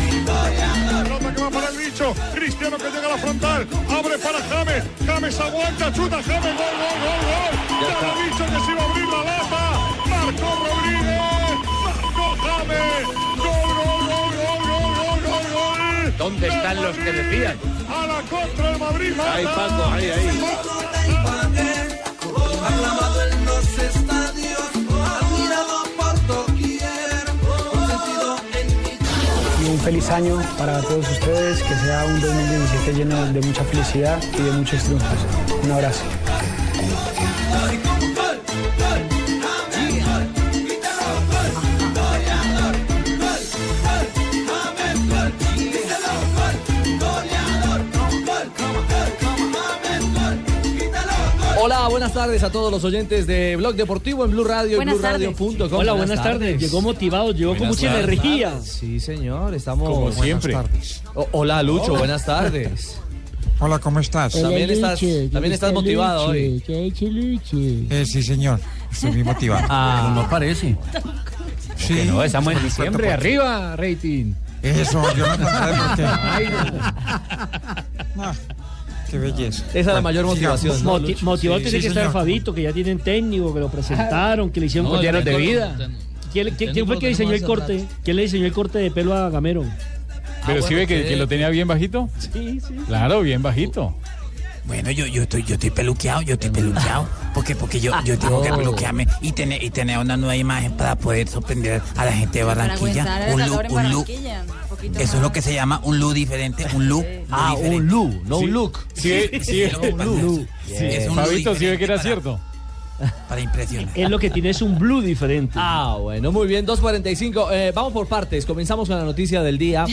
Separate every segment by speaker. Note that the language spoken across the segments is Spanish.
Speaker 1: Pelota que va para el bicho. Cristiano que llega a la frontal. Abre para James. James aguanta. Chuta James. Gol, gol, gol, gol. Ya lo bicho que se iba a abrir la lata. Marcó Rodríguez. Marcó James. Gol, gol, gol, gol, gol, gol, gol, gol.
Speaker 2: ¿Dónde están los que decían?
Speaker 1: A la contra el Madrid. mata.
Speaker 2: Ahí, Paco, ahí, ahí.
Speaker 3: Aclamado en los estadios, admirado por doquier, consentido en mi
Speaker 4: Y un feliz año para todos ustedes, que sea un 2017 lleno de mucha felicidad y de muchos triunfos. Un abrazo.
Speaker 5: Hola, buenas tardes a todos los oyentes de Blog Deportivo en Blue Radio y
Speaker 6: Buenas tardes.
Speaker 5: BlueRadio.com.
Speaker 7: Hola, buenas tardes. Ah, Llegó motivado, llegó con mucha energía.
Speaker 5: Sí, señor, estamos
Speaker 1: Como siempre.
Speaker 5: O- hola, Lucho, buenas tardes.
Speaker 8: Hola, ¿cómo estás?
Speaker 5: también estás, también estás motivado hoy.
Speaker 8: Eh, sí, señor. Estoy muy motivado.
Speaker 2: Ah, no parece.
Speaker 8: sí,
Speaker 2: No, estamos en
Speaker 8: diciembre,
Speaker 2: arriba, rating.
Speaker 8: Eso, yo no contaré por qué. Ah, qué belleza.
Speaker 5: Esa es la mayor
Speaker 8: sigamos.
Speaker 5: motivación, ¿no?
Speaker 7: Moti- motivado
Speaker 8: Sí,
Speaker 7: tiene
Speaker 8: sí,
Speaker 7: que estar
Speaker 8: señor.
Speaker 7: Fabito, que ya tienen técnico, que lo presentaron, que le hicieron corte
Speaker 2: llenos de vida.
Speaker 7: ¿Quién, quién- quién fue que diseñó el corte? ¿Quién le diseñó el corte de pelo a Gamero?
Speaker 5: Pero sí ve que, lo tenía Ah, bien bajito.
Speaker 7: Sí, sí.
Speaker 5: Claro, bien bajito.
Speaker 9: Bueno, yo, yo estoy, yo estoy peluqueado, yo estoy peluqueado, porque, porque yo, yo tengo que peluquearme y tener, y tener una nueva imagen para poder sorprender a la gente de
Speaker 6: Para aguantar
Speaker 9: Barranquilla.
Speaker 6: el
Speaker 9: Un look,
Speaker 6: calor en
Speaker 9: un look.
Speaker 6: Barranquilla. un poquito
Speaker 9: Eso es
Speaker 6: más.
Speaker 9: lo que se llama un look diferente, un look.
Speaker 5: Ah, un look, no un look.
Speaker 9: Es un look diferente Para, para impresionar.
Speaker 7: Es lo que tiene es un blue diferente.
Speaker 5: Ah, bueno, muy bien, 2.45. Eh, vamos por partes. Comenzamos con la noticia del día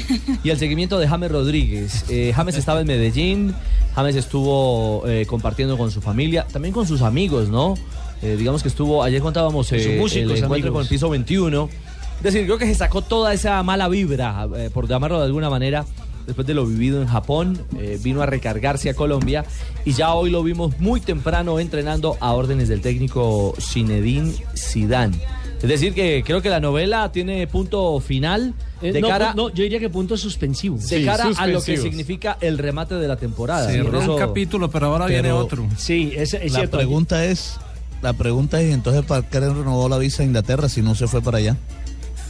Speaker 5: y el seguimiento de James Rodríguez. Eh, James estaba en Medellín, James estuvo eh, compartiendo con su familia, también con sus amigos, ¿no? Eh, digamos que estuvo, ayer contábamos
Speaker 7: Con sus
Speaker 5: eh, el
Speaker 7: músicos,
Speaker 5: encuentro
Speaker 7: amigos.
Speaker 5: con el piso 21. Es decir, creo que se sacó toda esa mala vibra, eh, por llamarlo de alguna manera, después de lo vivido en Japón, eh, vino a recargarse a Colombia y ya hoy lo vimos muy temprano entrenando a órdenes del técnico Zinedine Zidane. Es decir, que creo que la novela tiene punto final
Speaker 7: Eh,
Speaker 5: de
Speaker 7: no,
Speaker 5: cara,
Speaker 7: no, yo diría que punto suspensivo.
Speaker 5: de cara a lo que significa el remate de la temporada. Por eso-
Speaker 9: pero ahora
Speaker 5: viene pero- otro.
Speaker 7: Sí, es, es
Speaker 10: La
Speaker 7: cierto.
Speaker 10: pregunta es, la pregunta es entonces para qué renovó la visa a Inglaterra si no se fue para allá.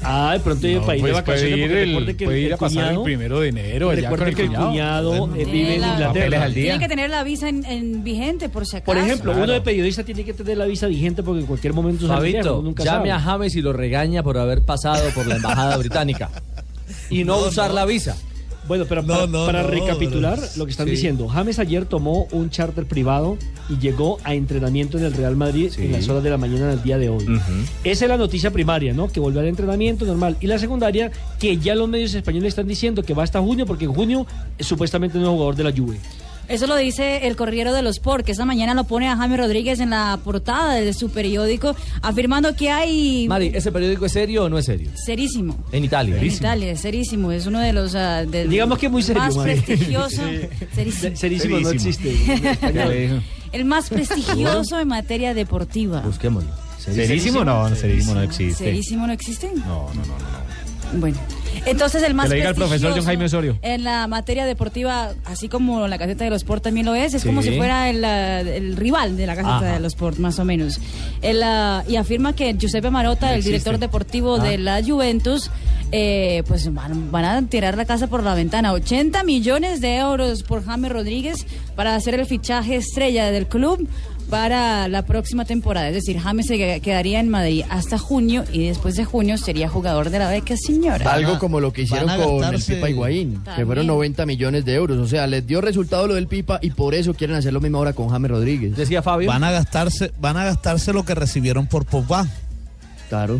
Speaker 7: Ah, de pronto iba para ir de vacaciones porque recuerde que el, el cuñado,
Speaker 1: primero de enero.
Speaker 7: recuerde que el cuñado eh,
Speaker 6: Tiene
Speaker 7: vive en
Speaker 6: la-
Speaker 7: Inglaterra.
Speaker 6: Tiene que tener la visa en, en vigente, por si acaso.
Speaker 7: Por ejemplo, uno de periodista tiene que tener la visa vigente porque en cualquier momento sale lejos,
Speaker 5: Fabito,
Speaker 7: uno nunca
Speaker 5: llame
Speaker 7: sabe.
Speaker 5: a James y lo regaña por haber pasado por la embajada británica y no, usar la visa.
Speaker 7: Bueno, pero
Speaker 10: No,
Speaker 7: para,
Speaker 10: no,
Speaker 7: para
Speaker 10: no,
Speaker 7: recapitular
Speaker 10: pero-
Speaker 7: lo que están
Speaker 5: sí.
Speaker 7: diciendo, James ayer tomó un charter privado y llegó a entrenamiento en el Real Madrid
Speaker 5: Sí.
Speaker 7: en las horas de la mañana del día de hoy. Esa es la noticia primaria, ¿no? Que volvió al entrenamiento normal. Y la secundaria, que ya los medios españoles están diciendo que va hasta junio, porque en junio eh, supuestamente no es jugador de la Juve.
Speaker 6: Eso lo dice el Corriero de los Sport, que esta mañana lo pone a Jaime Rodríguez en la portada de su periódico, afirmando que hay...
Speaker 5: Mari, ¿ese periódico es serio o no es serio?
Speaker 6: Serísimo.
Speaker 5: En Italia.
Speaker 6: En Italia, es serísimo. Es uno de los... ah, de-
Speaker 7: Digamos que muy serio,
Speaker 6: Más
Speaker 7: Mari.
Speaker 6: prestigioso. Serísimo.
Speaker 7: Serísimo, no existe.
Speaker 6: El más prestigioso en materia deportiva.
Speaker 5: Busquémoslo.
Speaker 2: ¿Serísimo? No, no, serísimo no existe.
Speaker 6: ¿Serísimo no existe?
Speaker 2: No, no, no, no.
Speaker 6: Bueno, entonces el más
Speaker 2: le diga al
Speaker 6: prestigioso
Speaker 2: profesor John Jaime Osorio.
Speaker 6: En la materia deportiva, así como la Gaceta de los Sport también lo es, es como
Speaker 2: Sí.
Speaker 6: si fuera el, ah, el rival de la Gaceta
Speaker 2: Ajá.
Speaker 6: de los Sport, más o menos. El, ah, y afirma que Giuseppe Marotta, el director deportivo de la Juventus, eh, pues van, van a tirar la casa por la ventana. 80 millones de euros por James Rodríguez para hacer el fichaje estrella del club para la próxima temporada. Es decir, James se que- quedaría en Madrid hasta junio y después de junio sería jugador de la beca señora.
Speaker 10: Algo como lo que hicieron con el Pipa Higuaín.
Speaker 6: que fueron 90
Speaker 5: Decía Fabio.
Speaker 10: Van a gastarse, van a gastarse lo que recibieron por Pogba.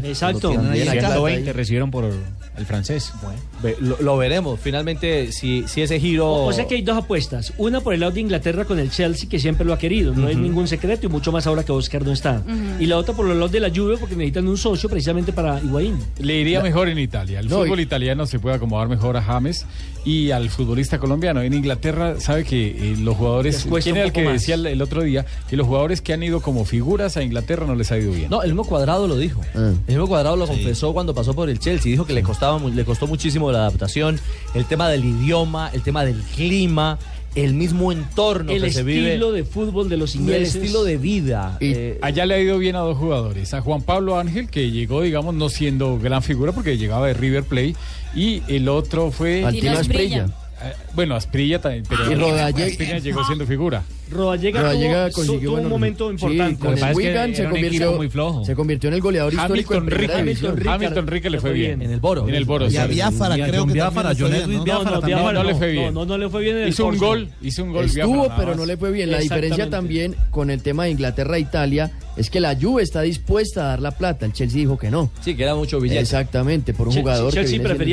Speaker 7: Exacto.
Speaker 10: Tienen ahí en la plata ahí.
Speaker 2: recibieron por. El francés.
Speaker 5: Ve- Lo, lo veremos finalmente si, si ese giro.
Speaker 7: O sea que hay dos apuestas. Una por el lado de Inglaterra con el Chelsea, que siempre lo ha querido. No hay
Speaker 5: Ujú.
Speaker 7: ningún secreto y mucho más ahora que Oscar no está.
Speaker 11: Ujú.
Speaker 7: Y la otra por el lado de la Juve, porque necesitan un socio precisamente para Higuaín.
Speaker 11: Le iría mejor en Italia. El
Speaker 7: No,
Speaker 11: fútbol italiano se puede acomodar mejor a James y al futbolista colombiano. En Inglaterra sabe que eh, los
Speaker 5: Les
Speaker 11: jugadores.
Speaker 5: cuesta
Speaker 11: ¿Quién
Speaker 5: un
Speaker 11: era el
Speaker 5: poco
Speaker 11: que
Speaker 5: más.
Speaker 11: decía el, el otro día que los jugadores que han ido como figuras a Inglaterra no les ha ido bien?
Speaker 5: No, el mismo Cuadrado lo dijo.
Speaker 12: Ah.
Speaker 5: El mismo Cuadrado lo confesó cuando pasó por el Chelsea. Dijo que le, costaba, mu- le costó muchísimo la adaptación, el tema del idioma, el tema del clima, el mismo entorno
Speaker 7: El
Speaker 5: que pues se vive.
Speaker 7: estilo de fútbol de los
Speaker 5: y el
Speaker 7: ingleses.
Speaker 5: estilo de vida. eh,
Speaker 11: Y allá le ha ido bien a dos jugadores, a Juan Pablo Ángel, que llegó, digamos, no siendo gran figura porque llegaba de River Plate, y el otro fue...
Speaker 7: Altino Tino Asprilla. Asprilla.
Speaker 11: Eh, bueno, Asprilla también, pero
Speaker 5: Ah,
Speaker 7: Y Rodalle-
Speaker 11: Asprilla llegó siendo figura.
Speaker 7: Rodallega,
Speaker 12: Rodallega
Speaker 7: tuvo,
Speaker 12: consiguió
Speaker 7: tuvo un
Speaker 12: buenos
Speaker 7: momento
Speaker 12: resultados.
Speaker 7: importante.
Speaker 12: Sí, con el Wigan se convirtió, se convirtió en el goleador histórico
Speaker 11: Hamilton
Speaker 12: en primera
Speaker 11: Rica,
Speaker 12: división.
Speaker 11: Hamilton Rica le fue bien.
Speaker 5: En el Boro.
Speaker 11: En el Boro,
Speaker 12: Y a
Speaker 11: sí.
Speaker 12: Biafara,
Speaker 11: Y a
Speaker 12: creo
Speaker 11: John
Speaker 12: que también
Speaker 11: Biafara,
Speaker 12: le fue
Speaker 11: John
Speaker 12: bien,
Speaker 11: Edwin
Speaker 12: ¿no?
Speaker 11: Biafara
Speaker 12: No, no,
Speaker 11: también.
Speaker 12: Biafara
Speaker 11: No le
Speaker 12: no.
Speaker 11: fue bien.
Speaker 12: No,
Speaker 7: no le fue bien en el
Speaker 11: Hizo un
Speaker 12: Porto.
Speaker 11: gol, hizo un gol
Speaker 12: Estuvo,
Speaker 11: Biafara, nada
Speaker 12: pero
Speaker 11: más.
Speaker 12: no le fue bien. La diferencia
Speaker 11: Exactamente.
Speaker 12: también con el tema de Inglaterra-Italia es que la Juve está dispuesta a dar la plata. El Chelsea dijo que no.
Speaker 5: Sí, que era mucho billete.
Speaker 12: Exactamente, por un jugador que viene siendo suplente.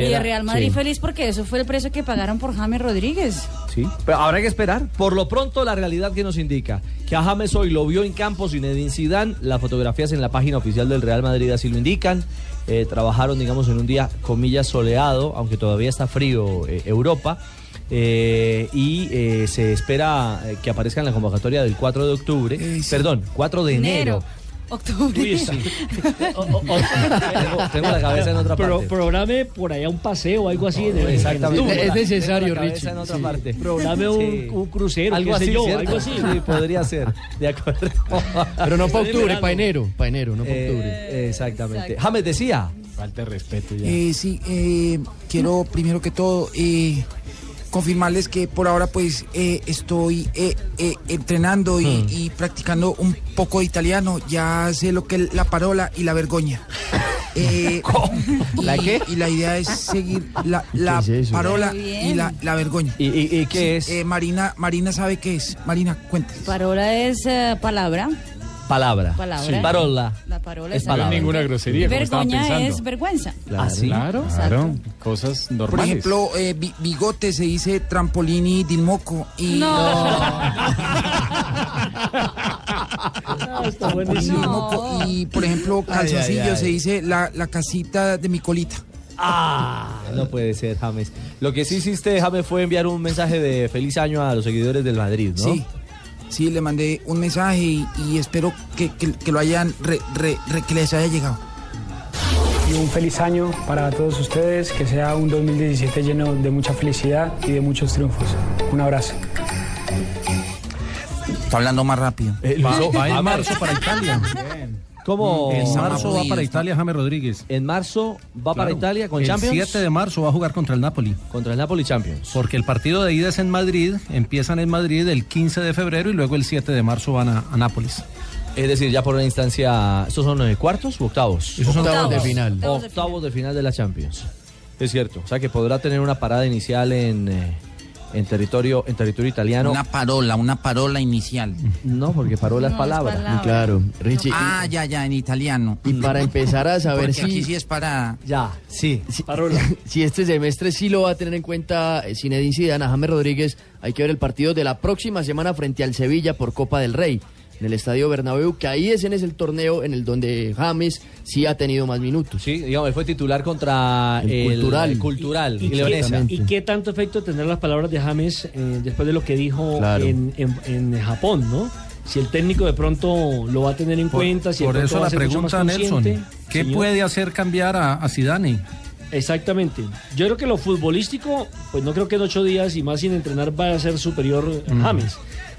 Speaker 6: Y el Real Madrid
Speaker 12: Sí.
Speaker 6: feliz porque eso fue el precio que pagaron por James Rodríguez.
Speaker 5: Sí, pero habrá que esperar. Por lo pronto, la realidad que nos indica que a James hoy lo vio en campo sin Edin Zidane. Las fotografías en la página oficial del Real Madrid así lo indican. Eh, trabajaron, digamos, en un día, comillas, soleado, aunque todavía está frío eh, Europa. Eh, y eh, se espera eh, que aparezca en la convocatoria del 4 de octubre. Perdón, 4 de enero.
Speaker 6: Octubre.
Speaker 5: Tengo, tengo la cabeza en otra
Speaker 7: Pro-
Speaker 5: parte.
Speaker 7: Programe por allá un paseo o algo así. en el-
Speaker 5: Exactamente.
Speaker 7: en el-
Speaker 5: Es necesario,
Speaker 7: Tengo la cabeza
Speaker 5: Richie,
Speaker 7: en otra
Speaker 5: sí.
Speaker 7: parte. Programe un,
Speaker 5: Sí.
Speaker 7: un crucero,
Speaker 5: algo
Speaker 7: qué sé
Speaker 5: así,
Speaker 7: yo,
Speaker 5: ¿cierto?
Speaker 7: algo así.
Speaker 5: Sí, podría ser. De acuerdo.
Speaker 12: Pero no
Speaker 5: Estoy
Speaker 12: para
Speaker 5: en
Speaker 12: octubre,
Speaker 5: verano.
Speaker 12: para enero. Para enero, no para
Speaker 5: Eh,
Speaker 12: octubre.
Speaker 5: exactamente.
Speaker 12: Exacto.
Speaker 5: James decía.
Speaker 11: Falta de respeto
Speaker 8: Eh, sí, eh, quiero primero que todo eh, confirmarles que por ahora pues eh, estoy eh, eh, entrenando y,
Speaker 3: Hmm.
Speaker 8: y practicando un poco de italiano. Ya sé lo que es la parola y la vergoña. Eh,
Speaker 12: ¿La
Speaker 8: y-
Speaker 12: qué?
Speaker 8: Y la idea es seguir la, la
Speaker 12: ¿Qué es eso?
Speaker 8: parola
Speaker 12: Muy bien.
Speaker 8: y la, la vergoña. eh,
Speaker 5: ¿Y,
Speaker 6: qué es?
Speaker 8: Marina, Marina sabe qué es. Marina, cuéntame.
Speaker 6: Parola es eh, palabra.
Speaker 5: Palabra.
Speaker 6: Palabra.
Speaker 5: Sí. Parola.
Speaker 6: La parola
Speaker 11: Es
Speaker 6: es,
Speaker 11: palabra. No es ninguna grosería, como estaban
Speaker 6: Vergoña
Speaker 11: pensando.
Speaker 6: es vergüenza.
Speaker 11: Claro, claro, claro, cosas normales.
Speaker 8: Por ejemplo, eh, bi- bigote se dice trampolini di moco y Trampolini di moco y por ejemplo calzoncillo
Speaker 5: ay, ay.
Speaker 8: se dice la, la casita de mi colita.
Speaker 5: Ah, no puede ser, James. Lo que sí hiciste, James, fue enviar un mensaje de feliz año a los seguidores del Madrid, ¿no?
Speaker 8: Sí. Sí, le mandé un mensaje y, y espero que, que- que lo hayan re- re- re- que les haya llegado.
Speaker 4: Y un feliz año para todos ustedes, que sea un 2017 lleno de mucha felicidad y de muchos triunfos. Un abrazo.
Speaker 8: Está hablando más rápido.
Speaker 5: Eh,
Speaker 13: va en marzo para Italia.
Speaker 5: ¿Cómo?
Speaker 13: En
Speaker 5: San
Speaker 13: marzo va
Speaker 5: Martín.
Speaker 13: para Italia James Rodríguez.
Speaker 5: En marzo va para Italia con
Speaker 13: el
Speaker 5: Champions.
Speaker 13: El 7 de marzo va a jugar contra el Napoli.
Speaker 5: Contra el Napoli Champions.
Speaker 13: Porque el partido de ida es en Madrid, empiezan en Madrid el 15 de febrero y luego el 7 de marzo van a, a Nápoles.
Speaker 5: Es decir, ya por una instancia, ¿estos son eh, cuartos u octavos?
Speaker 13: Esos son Octavos. octavos de final.
Speaker 5: Octavos de final. de la Champions. Es cierto, o sea que podrá tener una parada inicial en, eh, en territorio en territorio italiano.
Speaker 12: Una
Speaker 5: parola, una parola inicial. No, porque parola es palabra.
Speaker 12: Y claro, Richie. y-
Speaker 8: Ah, ya, ya, en italiano.
Speaker 12: Y para empezar a saber
Speaker 8: Porque
Speaker 12: si.
Speaker 8: aquí sí es para.
Speaker 5: Ya, sí.
Speaker 12: Si, si este semestre sí lo va a tener en cuenta eh, Zinedine Zidane, a James Rodríguez, hay que ver el partido de la próxima semana frente al Sevilla por Copa del Rey en el Estadio Bernabéu, que ahí ese es el torneo en el donde James sí ha tenido más minutos.
Speaker 5: Sí, digamos, él fue titular contra el,
Speaker 12: Cultural.
Speaker 5: el cultural
Speaker 7: ¿Y,
Speaker 5: y Leonesa.
Speaker 7: qué, y qué tanto efecto tendrán las palabras de James eh, después de lo que dijo
Speaker 5: Claro.
Speaker 7: en, en- en Japón, ¿no? Si el técnico de pronto lo va a tener en cuenta, si de
Speaker 13: Por
Speaker 7: pronto
Speaker 13: eso
Speaker 7: va a
Speaker 13: la
Speaker 7: ser mucho
Speaker 13: pregunta,
Speaker 7: más
Speaker 13: Nelson,
Speaker 7: consciente.
Speaker 13: ¿qué
Speaker 7: Señor.
Speaker 13: puede hacer cambiar a, a Zidane?
Speaker 7: Exactamente. Yo creo que lo futbolístico, pues no creo que en ocho días y más sin entrenar va a ser superior a
Speaker 13: Mm.
Speaker 7: James.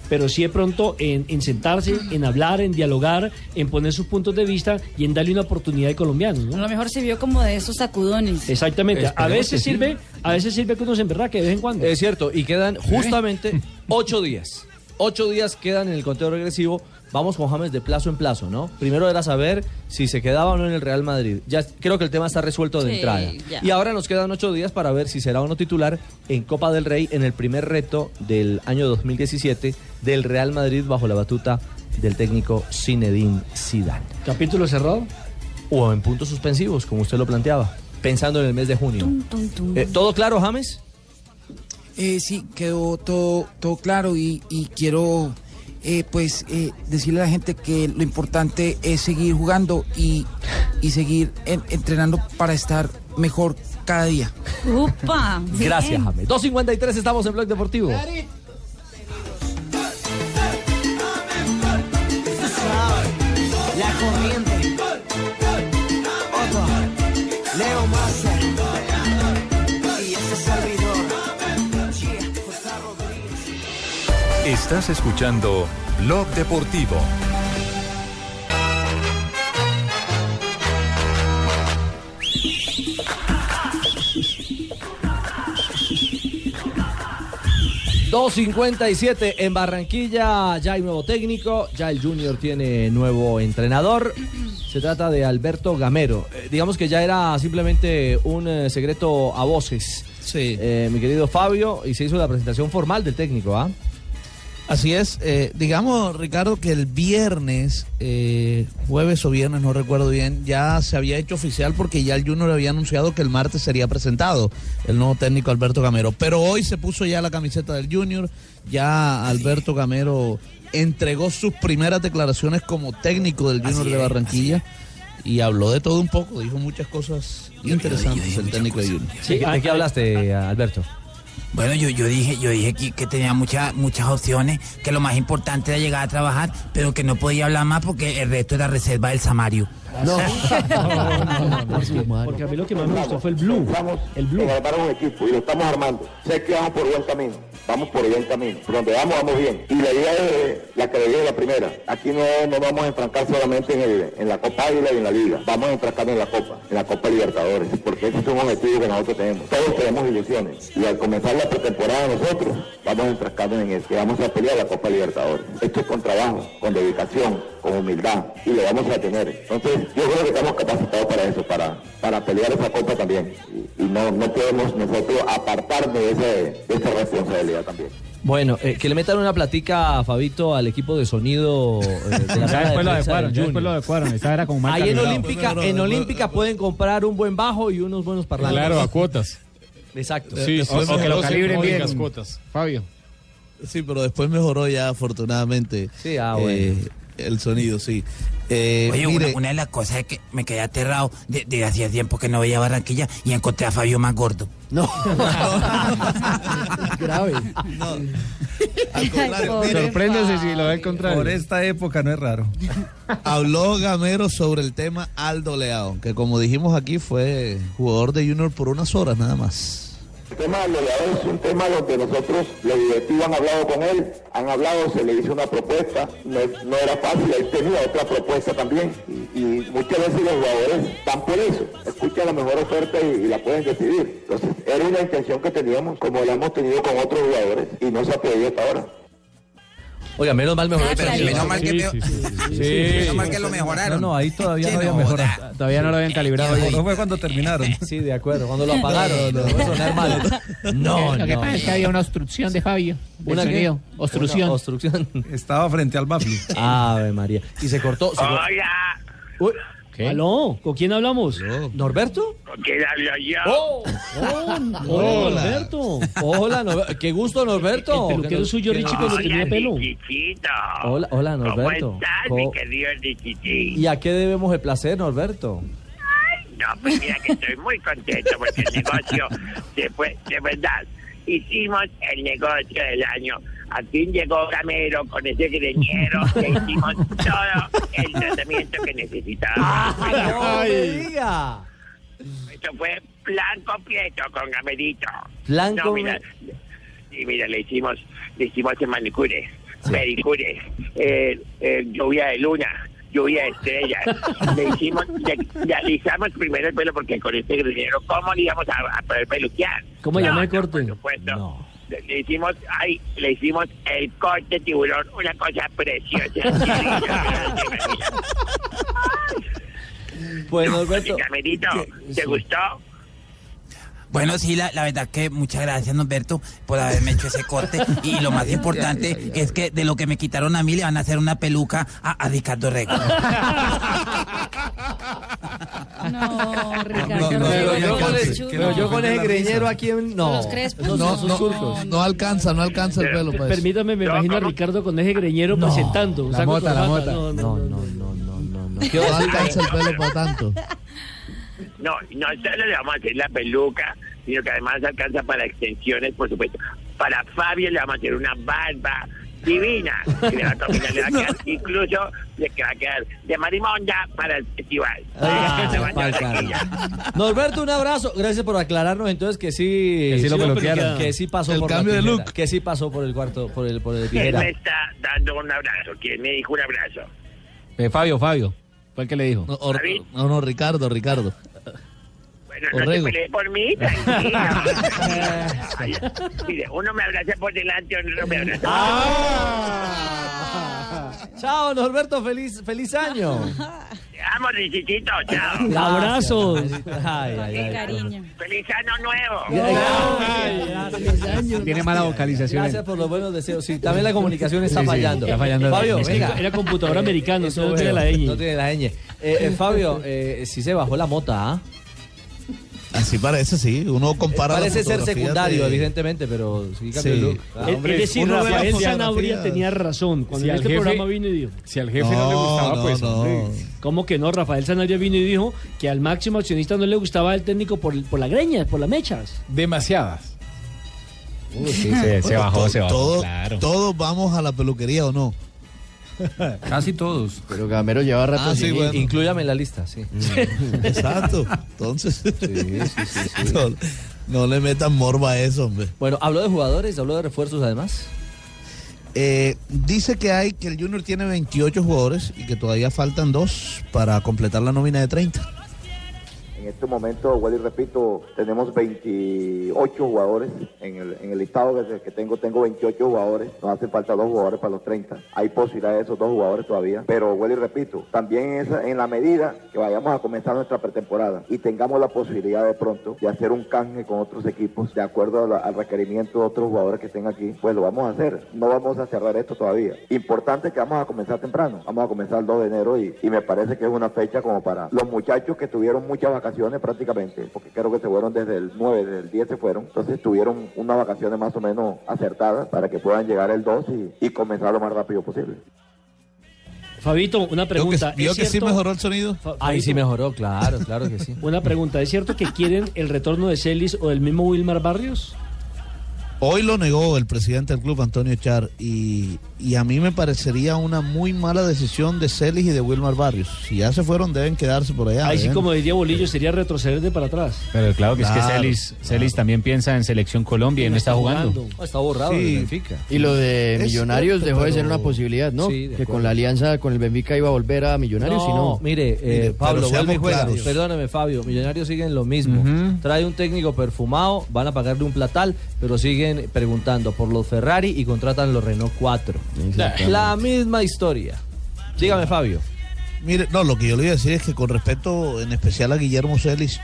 Speaker 7: Pero sí de pronto en, en sentarse, en hablar, en dialogar, en poner sus puntos de vista y en darle una oportunidad de colombiano,
Speaker 6: A
Speaker 7: ¿no?
Speaker 6: lo mejor se vio como de esos sacudones.
Speaker 7: Exactamente. A
Speaker 5: Esperemos
Speaker 7: veces
Speaker 5: que sí.
Speaker 7: sirve, a veces sirve que uno se emberraque de vez en cuando.
Speaker 5: Es cierto, y quedan justamente ocho días. Ocho días quedan en el conteo regresivo. Vamos con James de plazo en plazo, ¿no? Primero era saber si se quedaba o no en el Real Madrid. Ya creo que el tema está resuelto de
Speaker 14: Sí,
Speaker 5: entrada.
Speaker 14: ya.
Speaker 5: Y ahora nos quedan ocho días para ver si será o no titular en Copa del Rey en el primer reto del año 2017 del Real Madrid bajo la batuta del técnico Zinedine Zidane.
Speaker 7: Capítulo cerrado.
Speaker 5: O en puntos suspensivos, como usted lo planteaba. pensando en el mes de junio. Eh, ¿Todo claro, James?
Speaker 8: Eh, sí, quedó todo, todo claro y, y quiero eh, pues eh, decirle a la gente que lo importante es seguir jugando y, y seguir en- entrenando para estar mejor cada día.
Speaker 6: ¡Upa!
Speaker 5: Gracias, James. 2.53 estamos en Blog Deportivo.
Speaker 3: La corriente. Otto. Leo Massa. Y ese servidor. Yeah, José Rodríguez.
Speaker 15: Estás escuchando Blog Deportivo.
Speaker 5: y siete en Barranquilla, ya hay nuevo técnico, ya el Junior tiene nuevo entrenador. Se trata de Alberto Gamero. Eh, digamos que ya era simplemente un eh, secreto a voces. Sí. mi querido Fabio, y se hizo la presentación formal del técnico, ¿ah?
Speaker 10: Así es, eh, digamos Ricardo que el viernes, eh, jueves o viernes, no recuerdo bien, ya se había hecho oficial porque ya el Junior había anunciado que el martes sería presentado el nuevo técnico Alberto Gamero. Pero hoy se puso ya la camiseta del Junior, ya Alberto Gamero entregó sus primeras declaraciones como técnico del Junior de Barranquilla y habló de todo un poco, dijo muchas cosas interesantes el técnico de Junior.
Speaker 5: ¿De qué- ¿De qué hablaste, eh, Alberto?
Speaker 9: Bueno, yo, yo dije, yo dije que, que tenía muchas muchas opciones, que lo más importante era llegar a trabajar, pero que no podía hablar más porque el resto era reserva del Samario.
Speaker 7: No. porque, porque a mí lo que más me gustó fue el blue. El blue.
Speaker 14: Para un equipo y lo estamos armando. Sé que vamos por buen camino. Vamos por buen camino. Por donde vamos, vamos bien. Y la idea es la que le dije la primera. Aquí no nos vamos a enfrancar solamente en, el- en la Copa Águila y en la Liga. Vamos a enfrancar en la Copa, en la Copa Libertadores. Porque ese es un objetivo que nosotros tenemos. Todos tenemos ilusiones. Y al comenzar la pretemporada nosotros, vamos a enfrancarnos en eso. Que vamos a pelear la Copa Libertadores. Esto es con trabajo, con dedicación, con humildad. Y lo vamos a tener. Entonces, yo creo que estamos capacitados para eso, para, para pelear esa Copa también y no, no podemos nosotros apartar de, ese- de esa responsabilidad también.
Speaker 5: Bueno, eh, que le metan una platica, Fabito, al equipo de sonido. eh, de la
Speaker 2: Ya
Speaker 5: sala de
Speaker 2: después lo
Speaker 5: prensa
Speaker 2: adecuaron,
Speaker 5: del
Speaker 2: ya
Speaker 5: Junior.
Speaker 2: después lo adecuaron. Esa era como más
Speaker 5: Ahí en
Speaker 2: calibrado.
Speaker 5: Olímpica, en Olímpica pueden comprar un buen bajo y unos buenos parlantes.
Speaker 11: Claro, a cuotas.
Speaker 5: Exacto.
Speaker 11: Sí, sí, sí, no se módicas
Speaker 10: cuotas.
Speaker 2: Fabio.
Speaker 10: Sí, pero después mejoró ya afortunadamente
Speaker 5: Sí, ah,
Speaker 10: eh, el sonido, sí. Eh,
Speaker 9: Oye, una,
Speaker 10: mire,
Speaker 9: una de las cosas es que me quedé aterrado de, de hacía tiempo que no veía Barranquilla y encontré a Fabio más gordo.
Speaker 10: No.
Speaker 12: Grave.
Speaker 10: al contrario, mire,
Speaker 2: Sorpréndase si lo ve al contrario.
Speaker 10: Por esta época no es raro. Habló Gamero sobre el tema Aldo Leao, que como dijimos aquí fue jugador de Junior por unas horas nada más.
Speaker 14: El tema de Leao es un tema donde nosotros, los directivos han hablado con él, han hablado, se le hizo una propuesta, no, es- no era fácil, él tenía otra propuesta también y, y muchas veces los jugadores van por eso, escuchan la mejor oferta y, y la pueden decidir. Entonces, era una intención que teníamos, como la hemos tenido con otros jugadores y no se ha podido hasta ahora.
Speaker 5: Oiga, menos mal mejoró.
Speaker 14: Pero menos mal que Sí, me- sí, sí, sí. Menos mal que lo
Speaker 10: mejoraron.
Speaker 13: No, no, ahí todavía
Speaker 10: Che,
Speaker 13: no había
Speaker 10: no,
Speaker 13: mejora.
Speaker 2: Todavía no lo habían calibrado.
Speaker 13: No fue cuando terminaron.
Speaker 5: Sí, de acuerdo, cuando lo apagaron. No, no, sonar mal. No,
Speaker 2: Lo que
Speaker 5: no.
Speaker 2: pasa es que había una obstrucción de Fabio. del
Speaker 5: ¿Una qué?
Speaker 2: sonido. Obstrucción.
Speaker 5: Una obstrucción. Estaba frente al Bafli. Ave María. Y se cortó. Se cortó. Uy,
Speaker 7: ¿Aló? ¿Con quién hablamos?
Speaker 5: ¿Norberto?
Speaker 3: ¡Oh!
Speaker 7: Hola,
Speaker 5: Hola.
Speaker 7: Norberto.
Speaker 5: Hola, Norbe- qué gusto, Norberto.
Speaker 7: El peluquero
Speaker 5: Que nos-
Speaker 7: suyo,
Speaker 5: que
Speaker 7: Richie,
Speaker 5: nos-
Speaker 7: cuando tenía pelo.
Speaker 5: Hola, hola, Norberto.
Speaker 16: ¿Cómo estás,
Speaker 5: Co-
Speaker 16: mi querido Richichi?
Speaker 5: ¿Y a qué debemos el placer, Norberto?
Speaker 16: No, pues mira que estoy muy contento porque el negocio, se fue- de verdad, hicimos el negocio del año. Al fin llegó Camero con ese greñero que hicimos todo el tratamiento que necesitábamos. Esto fue plan completo con Gamerito.
Speaker 5: Plan
Speaker 16: no,
Speaker 5: com-
Speaker 16: mira, Y mira, le hicimos, le hicimos en manicures, pedicures, eh, eh, lluvia de luna, lluvia de estrellas. le hicimos, le, le alisamos primero el pelo porque con este dinero, ¿cómo le íbamos a, a poder peluquear?
Speaker 7: ¿Cómo
Speaker 16: No,
Speaker 7: llamé el corte?
Speaker 16: supuesto. Le, le hicimos, ay, le hicimos el corte tiburón, una cosa preciosa.
Speaker 5: Pues,
Speaker 16: Norberto. ¿Te gustó?
Speaker 9: Bueno, sí, la, la verdad que muchas gracias, Norberto, por haberme hecho ese corte. Y lo más importante es que de lo que me quitaron a mí le van a hacer una peluca a, a Ricardo Rego.
Speaker 6: No,
Speaker 9: No,
Speaker 6: Ricardo.
Speaker 9: no,
Speaker 10: Pero yo con
Speaker 9: alcanza.
Speaker 10: ese-
Speaker 9: Que
Speaker 10: pero yo con ese greñero
Speaker 5: aquí en...
Speaker 10: No,
Speaker 6: Los
Speaker 7: pues?
Speaker 6: crespos,
Speaker 10: no,
Speaker 6: no,
Speaker 10: no, no, no alcanza, no alcanza el pelo. para eso.
Speaker 7: Permítame, me imagino a Ricardo con ese greñero presentando.
Speaker 10: la
Speaker 7: saco
Speaker 10: mota, la
Speaker 7: corbata.
Speaker 10: mota.
Speaker 7: No, no, no.
Speaker 10: ¿Qué va a alcanza el pelo para tanto?
Speaker 16: No, no solo le vamos a hacer la peluca, sino que además alcanza para extensiones, por supuesto. Para Fabio le vamos a hacer una barba divina, que le va a combinar, le va a quedar, incluso le va a quedar de marimonda para el festival.
Speaker 5: Ah,
Speaker 16: Se va a
Speaker 5: pa'l
Speaker 16: llevar aquí
Speaker 5: carajo. Norberto, un abrazo. Gracias por aclararnos entonces que sí.
Speaker 13: Que sí lo peluquearon.
Speaker 5: Que sí pasó
Speaker 13: El
Speaker 5: por
Speaker 13: cambio
Speaker 5: la
Speaker 13: de
Speaker 5: tijera,
Speaker 13: look.
Speaker 5: Que sí pasó por el cuarto, por el, por el
Speaker 16: ¿Quién
Speaker 5: tijera.
Speaker 16: me está dando un abrazo? ¿Quién me dijo un abrazo?
Speaker 13: Eh, Fabio, Fabio. ¿Cuál que le dijo?
Speaker 10: No, or- no, no, Ricardo, Ricardo.
Speaker 16: Bueno, no
Speaker 10: Orrego.
Speaker 16: te pelees por mí, tranquila. Ay, mire, uno me abraza por delante, otro me abraza por
Speaker 5: Chao, Norberto, feliz, feliz año.
Speaker 16: Te amo, Richichito, chao.
Speaker 5: Abrazos.
Speaker 16: Qué
Speaker 6: cariño.
Speaker 16: Feliz año nuevo.
Speaker 2: Tiene mala vocalización.
Speaker 13: eh.
Speaker 5: Gracias por los buenos deseos. Sí, también la comunicación está
Speaker 2: Sí, sí,
Speaker 5: fallando.
Speaker 2: está fallando.
Speaker 5: Fabio,
Speaker 2: Es que
Speaker 5: venga. Eh,
Speaker 2: era computador americano,
Speaker 5: eso
Speaker 2: no
Speaker 5: veo.
Speaker 2: tiene la ñ.
Speaker 5: No tiene la ñ. Eh, eh, Fabio, eh, sí se bajó la mota, ¿ah?
Speaker 10: Así parece, sí. Uno compara.
Speaker 5: Eh, Parece
Speaker 10: las
Speaker 5: ser
Speaker 10: fotografías
Speaker 5: secundario,
Speaker 10: de-
Speaker 5: evidentemente, pero sí cambió
Speaker 10: Sí.
Speaker 5: el look.
Speaker 10: Ah, Es- hombre, es decir, uno ve la
Speaker 7: Rafael
Speaker 10: fotografía.
Speaker 7: Sanabria tenía razón cuando
Speaker 11: Si
Speaker 7: en
Speaker 11: al
Speaker 7: este
Speaker 11: jefe-
Speaker 7: programa vino y dijo.
Speaker 11: Si al jefe no le gustaba, pues, hombre.
Speaker 7: ¿Cómo que no? Rafael Sanabria vino y dijo que al máximo accionista no le gustaba el técnico por, por las greñas, por las mechas.
Speaker 11: Demasiadas.
Speaker 10: Bueno, to- todo- Todos vamos a la peluquería o no.
Speaker 13: Casi todos.
Speaker 12: Pero Gamero lleva rato
Speaker 10: Ah, sí,
Speaker 12: sin ir.
Speaker 10: bueno.
Speaker 5: Inclúyame en la lista, sí.
Speaker 10: Mm. Exacto. Entonces, No, no le metan morba a eso, hombre.
Speaker 5: Bueno, habló de jugadores, habló de refuerzos además.
Speaker 10: Eh, dice que hay que el Junior tiene 28 jugadores y que todavía faltan dos para completar la nómina de 30.
Speaker 14: En este momento, vuelvo y repito, tenemos 28 jugadores en el, en el listado que, se- que tengo. Tengo 28 jugadores, nos hacen falta dos jugadores para los 30. Hay posibilidad de esos dos jugadores todavía, pero vuelvo y repito, también en, esa- en la medida que vayamos a comenzar nuestra pretemporada y tengamos la posibilidad de pronto de hacer un canje con otros equipos de acuerdo a la- al requerimiento de otros jugadores que estén aquí, pues lo vamos a hacer. No vamos a cerrar esto todavía. Importante que vamos a comenzar temprano. Vamos a comenzar el 2 de enero y, y me parece que es una fecha como para los muchachos que tuvieron muchas vacaciones prácticamente, porque creo que se fueron desde el 9, desde el 10 se fueron. Entonces tuvieron unas vacaciones más o menos acertadas para que puedan llegar el 2 y, y comenzar lo más rápido posible.
Speaker 7: Fabito, una pregunta.
Speaker 10: vio
Speaker 7: ¿es
Speaker 10: que sí
Speaker 7: cierto-
Speaker 10: mejoró el sonido?
Speaker 7: Fa-
Speaker 5: Ahí
Speaker 7: Fabito,
Speaker 5: sí mejoró, claro, claro que sí.
Speaker 7: Una pregunta, ¿es cierto que quieren el retorno de Celis o del mismo Wilmar Barrios?
Speaker 10: Hoy lo negó el presidente del club, Antonio Char, y, y a mí me parecería una muy mala decisión de Celis y de Wilmar Barrios. Si ya se fueron, deben quedarse por allá.
Speaker 7: Ahí sí,
Speaker 10: deben-
Speaker 7: como diría Bolillo, sería retroceder de para atrás.
Speaker 13: Pero claro
Speaker 10: que es que Claro,
Speaker 13: Celis, también piensa en Selección Colombia y no está jugando.
Speaker 5: Está borrado
Speaker 13: Sí.
Speaker 5: el Benfica.
Speaker 12: Y lo de
Speaker 13: Es
Speaker 12: Millonarios
Speaker 13: cierto,
Speaker 12: dejó de ser
Speaker 13: pero-
Speaker 12: una posibilidad, ¿no?
Speaker 5: Sí, de
Speaker 12: que
Speaker 5: acuerdo.
Speaker 12: con la alianza con el Benfica iba a volver a Millonarios,
Speaker 5: no,
Speaker 12: si no.
Speaker 5: mire, eh,
Speaker 12: Mire, pero
Speaker 5: Pablo,
Speaker 12: seamos
Speaker 5: vuelve y juega.
Speaker 12: claros.
Speaker 5: Perdóname, Fabio, Millonarios siguen lo mismo. Trae un técnico perfumado, van a pagarle un platal, pero siguen preguntando por los Ferrari y contratan los Renault 4.
Speaker 10: Exactamente.
Speaker 5: La misma historia. Dígame, Fabio.
Speaker 10: Mire, no, lo que yo le voy a decir es que con respecto en especial a Guillermo Celis,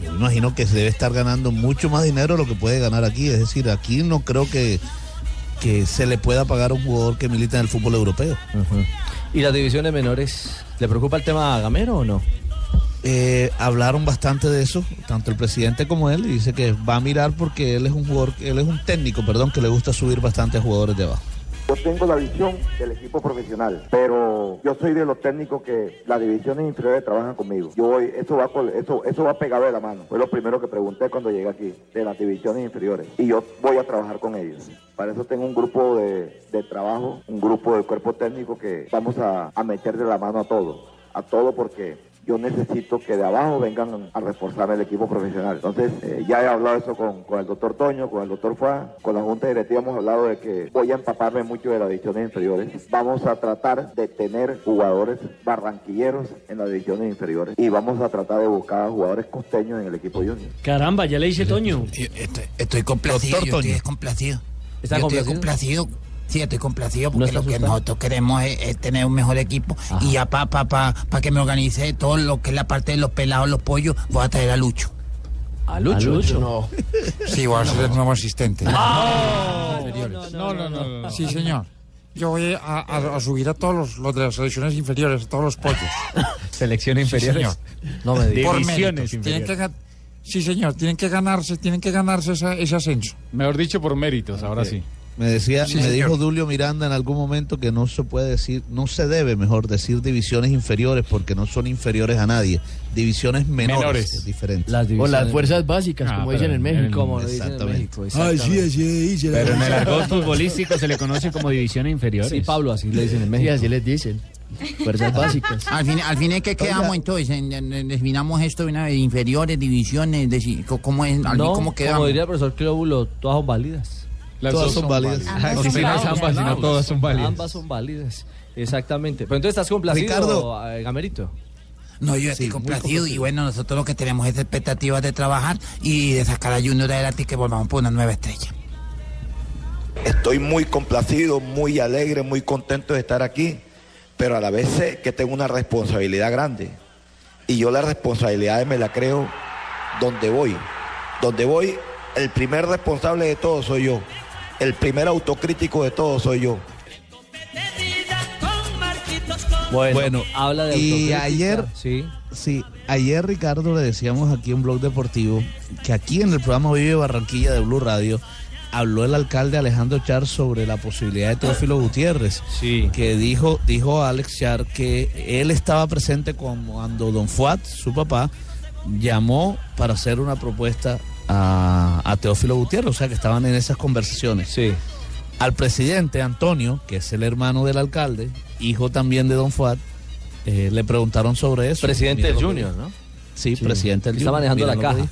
Speaker 10: yo me imagino que se debe estar ganando mucho más dinero de lo que puede ganar aquí. Es decir, aquí no creo que, que se le pueda pagar a un jugador que milita en el fútbol europeo.
Speaker 5: ¿Y las divisiones menores? ¿Le preocupa el tema a Gamero o no?
Speaker 10: Eh, hablaron bastante de eso, tanto el presidente como él, y dice que va a mirar porque él es un jugador, él es un técnico, perdón, que le gusta subir bastantes jugadores de abajo.
Speaker 14: Yo tengo la visión del equipo profesional, pero yo soy de los técnicos que las divisiones inferiores trabajan conmigo. Yo voy, eso va, col- eso, eso va pegado de la mano. Fue lo primero que pregunté cuando llegué aquí, de las divisiones inferiores. Y yo voy a trabajar con ellos. Para eso tengo un grupo de, de trabajo, un grupo de cuerpo técnico que vamos a, a meter de la mano a todo, a todo porque yo necesito que de abajo vengan a reforzar el equipo profesional. Entonces, eh, ya he hablado eso con, con el doctor Toño, con el doctor Fua, con la Junta Directiva hemos hablado de que voy a empaparme mucho de las divisiones inferiores. Vamos a tratar de tener jugadores barranquilleros en las divisiones inferiores y vamos a tratar de buscar jugadores costeños en el equipo junior.
Speaker 7: Caramba, ya le hice Toño.
Speaker 9: Estoy, estoy complacido,
Speaker 7: Doctor
Speaker 9: yo estoy
Speaker 7: Toño.
Speaker 9: descomplacido.
Speaker 7: ¿Está
Speaker 9: yo estoy
Speaker 7: complacido?
Speaker 9: complacido. Sí, estoy complacido porque
Speaker 7: está
Speaker 9: lo que
Speaker 7: asustado?
Speaker 9: nosotros queremos es, es tener un mejor equipo. Y ya para pa, pa, pa que me organice todo lo que es la parte de los pelados, los pollos, voy a traer a Lucho.
Speaker 12: ¿A
Speaker 9: Lucho?
Speaker 12: No.
Speaker 9: Sí, voy a ser el nuevo asistente.
Speaker 17: Ah,
Speaker 5: Ah.
Speaker 8: No, no, no, Sí, señor. Yo voy a, a- a subir a todos los, los de las selecciones inferiores, a todos los pollos.
Speaker 5: Selección inferior.
Speaker 8: inferiores.
Speaker 5: No me digas.
Speaker 8: Por
Speaker 5: Divisiones
Speaker 8: méritos. Tienen que, gan- sí, señor, tienen que ganarse, tienen que ganarse esa- ese ascenso.
Speaker 11: Mejor dicho, por méritos, ahora sí.
Speaker 10: Me decía,
Speaker 11: Sí,
Speaker 10: me
Speaker 11: señor.
Speaker 10: dijo Dulio Miranda en algún momento que no se puede decir, no se debe, mejor decir divisiones inferiores porque no son inferiores a nadie. Divisiones menores,
Speaker 12: Menores. Ah,
Speaker 10: es diferente.
Speaker 12: Las O las fuerzas básicas, como dicen en México.
Speaker 10: Exactamente.
Speaker 18: Pero en el argot futbolístico se le conoce como divisiones inferiores.
Speaker 12: Sí,
Speaker 18: Pablo, así le dicen en México.
Speaker 12: Sí, así les dicen.
Speaker 18: Fuerzas
Speaker 12: básicas.
Speaker 9: Al fin, al fin es que quedamos entonces, en- en- en- definamos esto de una vez, inferiores, divisiones, deci- co- ¿cómo es? Al fin,
Speaker 5: No,
Speaker 9: ¿cómo
Speaker 5: como
Speaker 9: quedamos?
Speaker 5: diría el profesor Clóbulo, todas son válidas.
Speaker 9: Las Todas dos son son válidas. válidas. Ambas
Speaker 5: Ah, Sí,
Speaker 9: son válidas.
Speaker 5: sino todas son válidas.
Speaker 9: Ambas
Speaker 5: son válidas. Exactamente. Pero entonces estás complacido,
Speaker 9: Ricardo.
Speaker 5: eh, Gamerito.
Speaker 9: No, yo estoy
Speaker 5: Sí, muy
Speaker 9: complacido y
Speaker 5: complacido.
Speaker 9: bueno, nosotros lo que tenemos es expectativas de trabajar y de sacar a Junior adelante y que volvamos por una nueva estrella.
Speaker 14: Estoy muy complacido, muy alegre, muy contento de estar aquí, pero a la vez sé que tengo una responsabilidad grande. Y yo la responsabilidad me la creo donde voy. Donde voy, el primer responsable de todo soy yo. El primer autocrítico de todo soy yo.
Speaker 5: Bueno, habla de
Speaker 10: y
Speaker 5: autocrítica.
Speaker 10: ayer,
Speaker 5: sí.
Speaker 10: ayer Ricardo le decíamos aquí en Blog Deportivo que aquí en el programa Vive Barranquilla de Blue Radio habló el alcalde Alejandro Char sobre la posibilidad de Teófilo Gutiérrez, que dijo dijo Alex Char que él estaba presente cuando Don Fuat, su papá, llamó para hacer una propuesta a, a Teófilo Gutiérrez, o sea que estaban en esas conversaciones.
Speaker 5: Sí.
Speaker 10: Al presidente Antonio, que es el hermano del alcalde, hijo también de Don Fuat, eh, le preguntaron sobre eso.
Speaker 5: Presidente del
Speaker 10: Mira lo que
Speaker 5: Junior,
Speaker 10: dijo.
Speaker 5: ¿no?
Speaker 10: Sí, presidente del
Speaker 5: Está
Speaker 10: Junior.
Speaker 5: manejando
Speaker 10: Mira
Speaker 5: la
Speaker 10: lo que
Speaker 5: caja.
Speaker 10: dijo.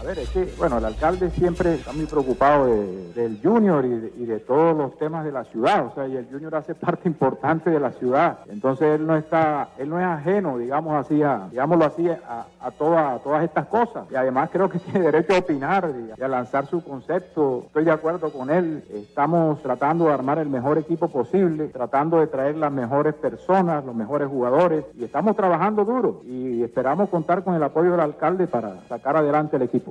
Speaker 19: A ver, es que, bueno, el alcalde siempre está muy preocupado de- del Junior y de, y de todos los temas de la ciudad, o sea, y el Junior hace parte importante de la ciudad, entonces él no está, él no es ajeno, digamos así, a, digámoslo así,
Speaker 11: Ah.
Speaker 19: a, a toda- a todas estas cosas, y además creo que tiene derecho a opinar y a- y a lanzar su concepto, estoy de acuerdo con él, estamos tratando de armar el mejor equipo posible, tratando de traer las mejores personas, los mejores jugadores, y estamos trabajando duro, y esperamos contar con el apoyo del alcalde para sacar adelante el equipo.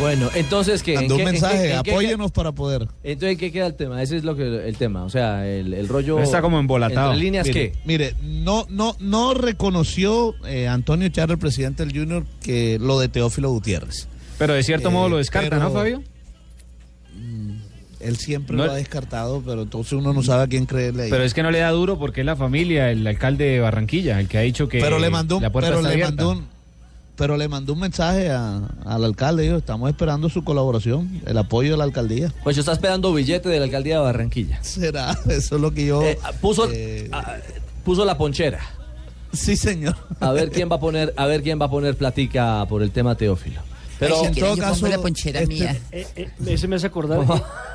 Speaker 5: Bueno, entonces que.
Speaker 10: Mandó un mensaje, Eh, apóyenos para poder.
Speaker 5: Entonces, ¿en qué queda el tema? Ese es lo que el tema. O sea, el, el rollo. ¿Entre líneas
Speaker 10: Mire,
Speaker 5: qué?
Speaker 10: Mire, no, no, no reconoció eh, Antonio Char, el presidente del Junior, que lo de Teófilo Gutiérrez.
Speaker 18: Pero de cierto
Speaker 10: Eh,
Speaker 18: modo lo descarta,
Speaker 10: pero-
Speaker 18: ¿no, Fabio?
Speaker 10: Él siempre
Speaker 18: No-
Speaker 10: lo ha descartado, pero entonces uno no sabe a quién creerle ahí.
Speaker 18: Pero es que no le da duro porque es la familia, el alcalde de Barranquilla, el que ha dicho que
Speaker 10: Pero le mandó un-
Speaker 18: la puerta
Speaker 10: pero
Speaker 18: está
Speaker 10: le
Speaker 18: abierta.
Speaker 10: mandó un- pero le mandó un mensaje a- al alcalde, dijo, estamos esperando su colaboración, el apoyo de la alcaldía.
Speaker 5: Pues yo está esperando billete de la alcaldía de Barranquilla. Eh,
Speaker 10: Será, eso es lo que yo. eh,
Speaker 5: puso, ah, puso la ponchera.
Speaker 10: Sí, señor.
Speaker 5: A ver quién va a poner, a ver quién va a poner platica por el tema Teófilo. Pero
Speaker 7: Ay, si quiere, yo pongo la
Speaker 9: ponchera
Speaker 7: mía. E, ese me hace acordar,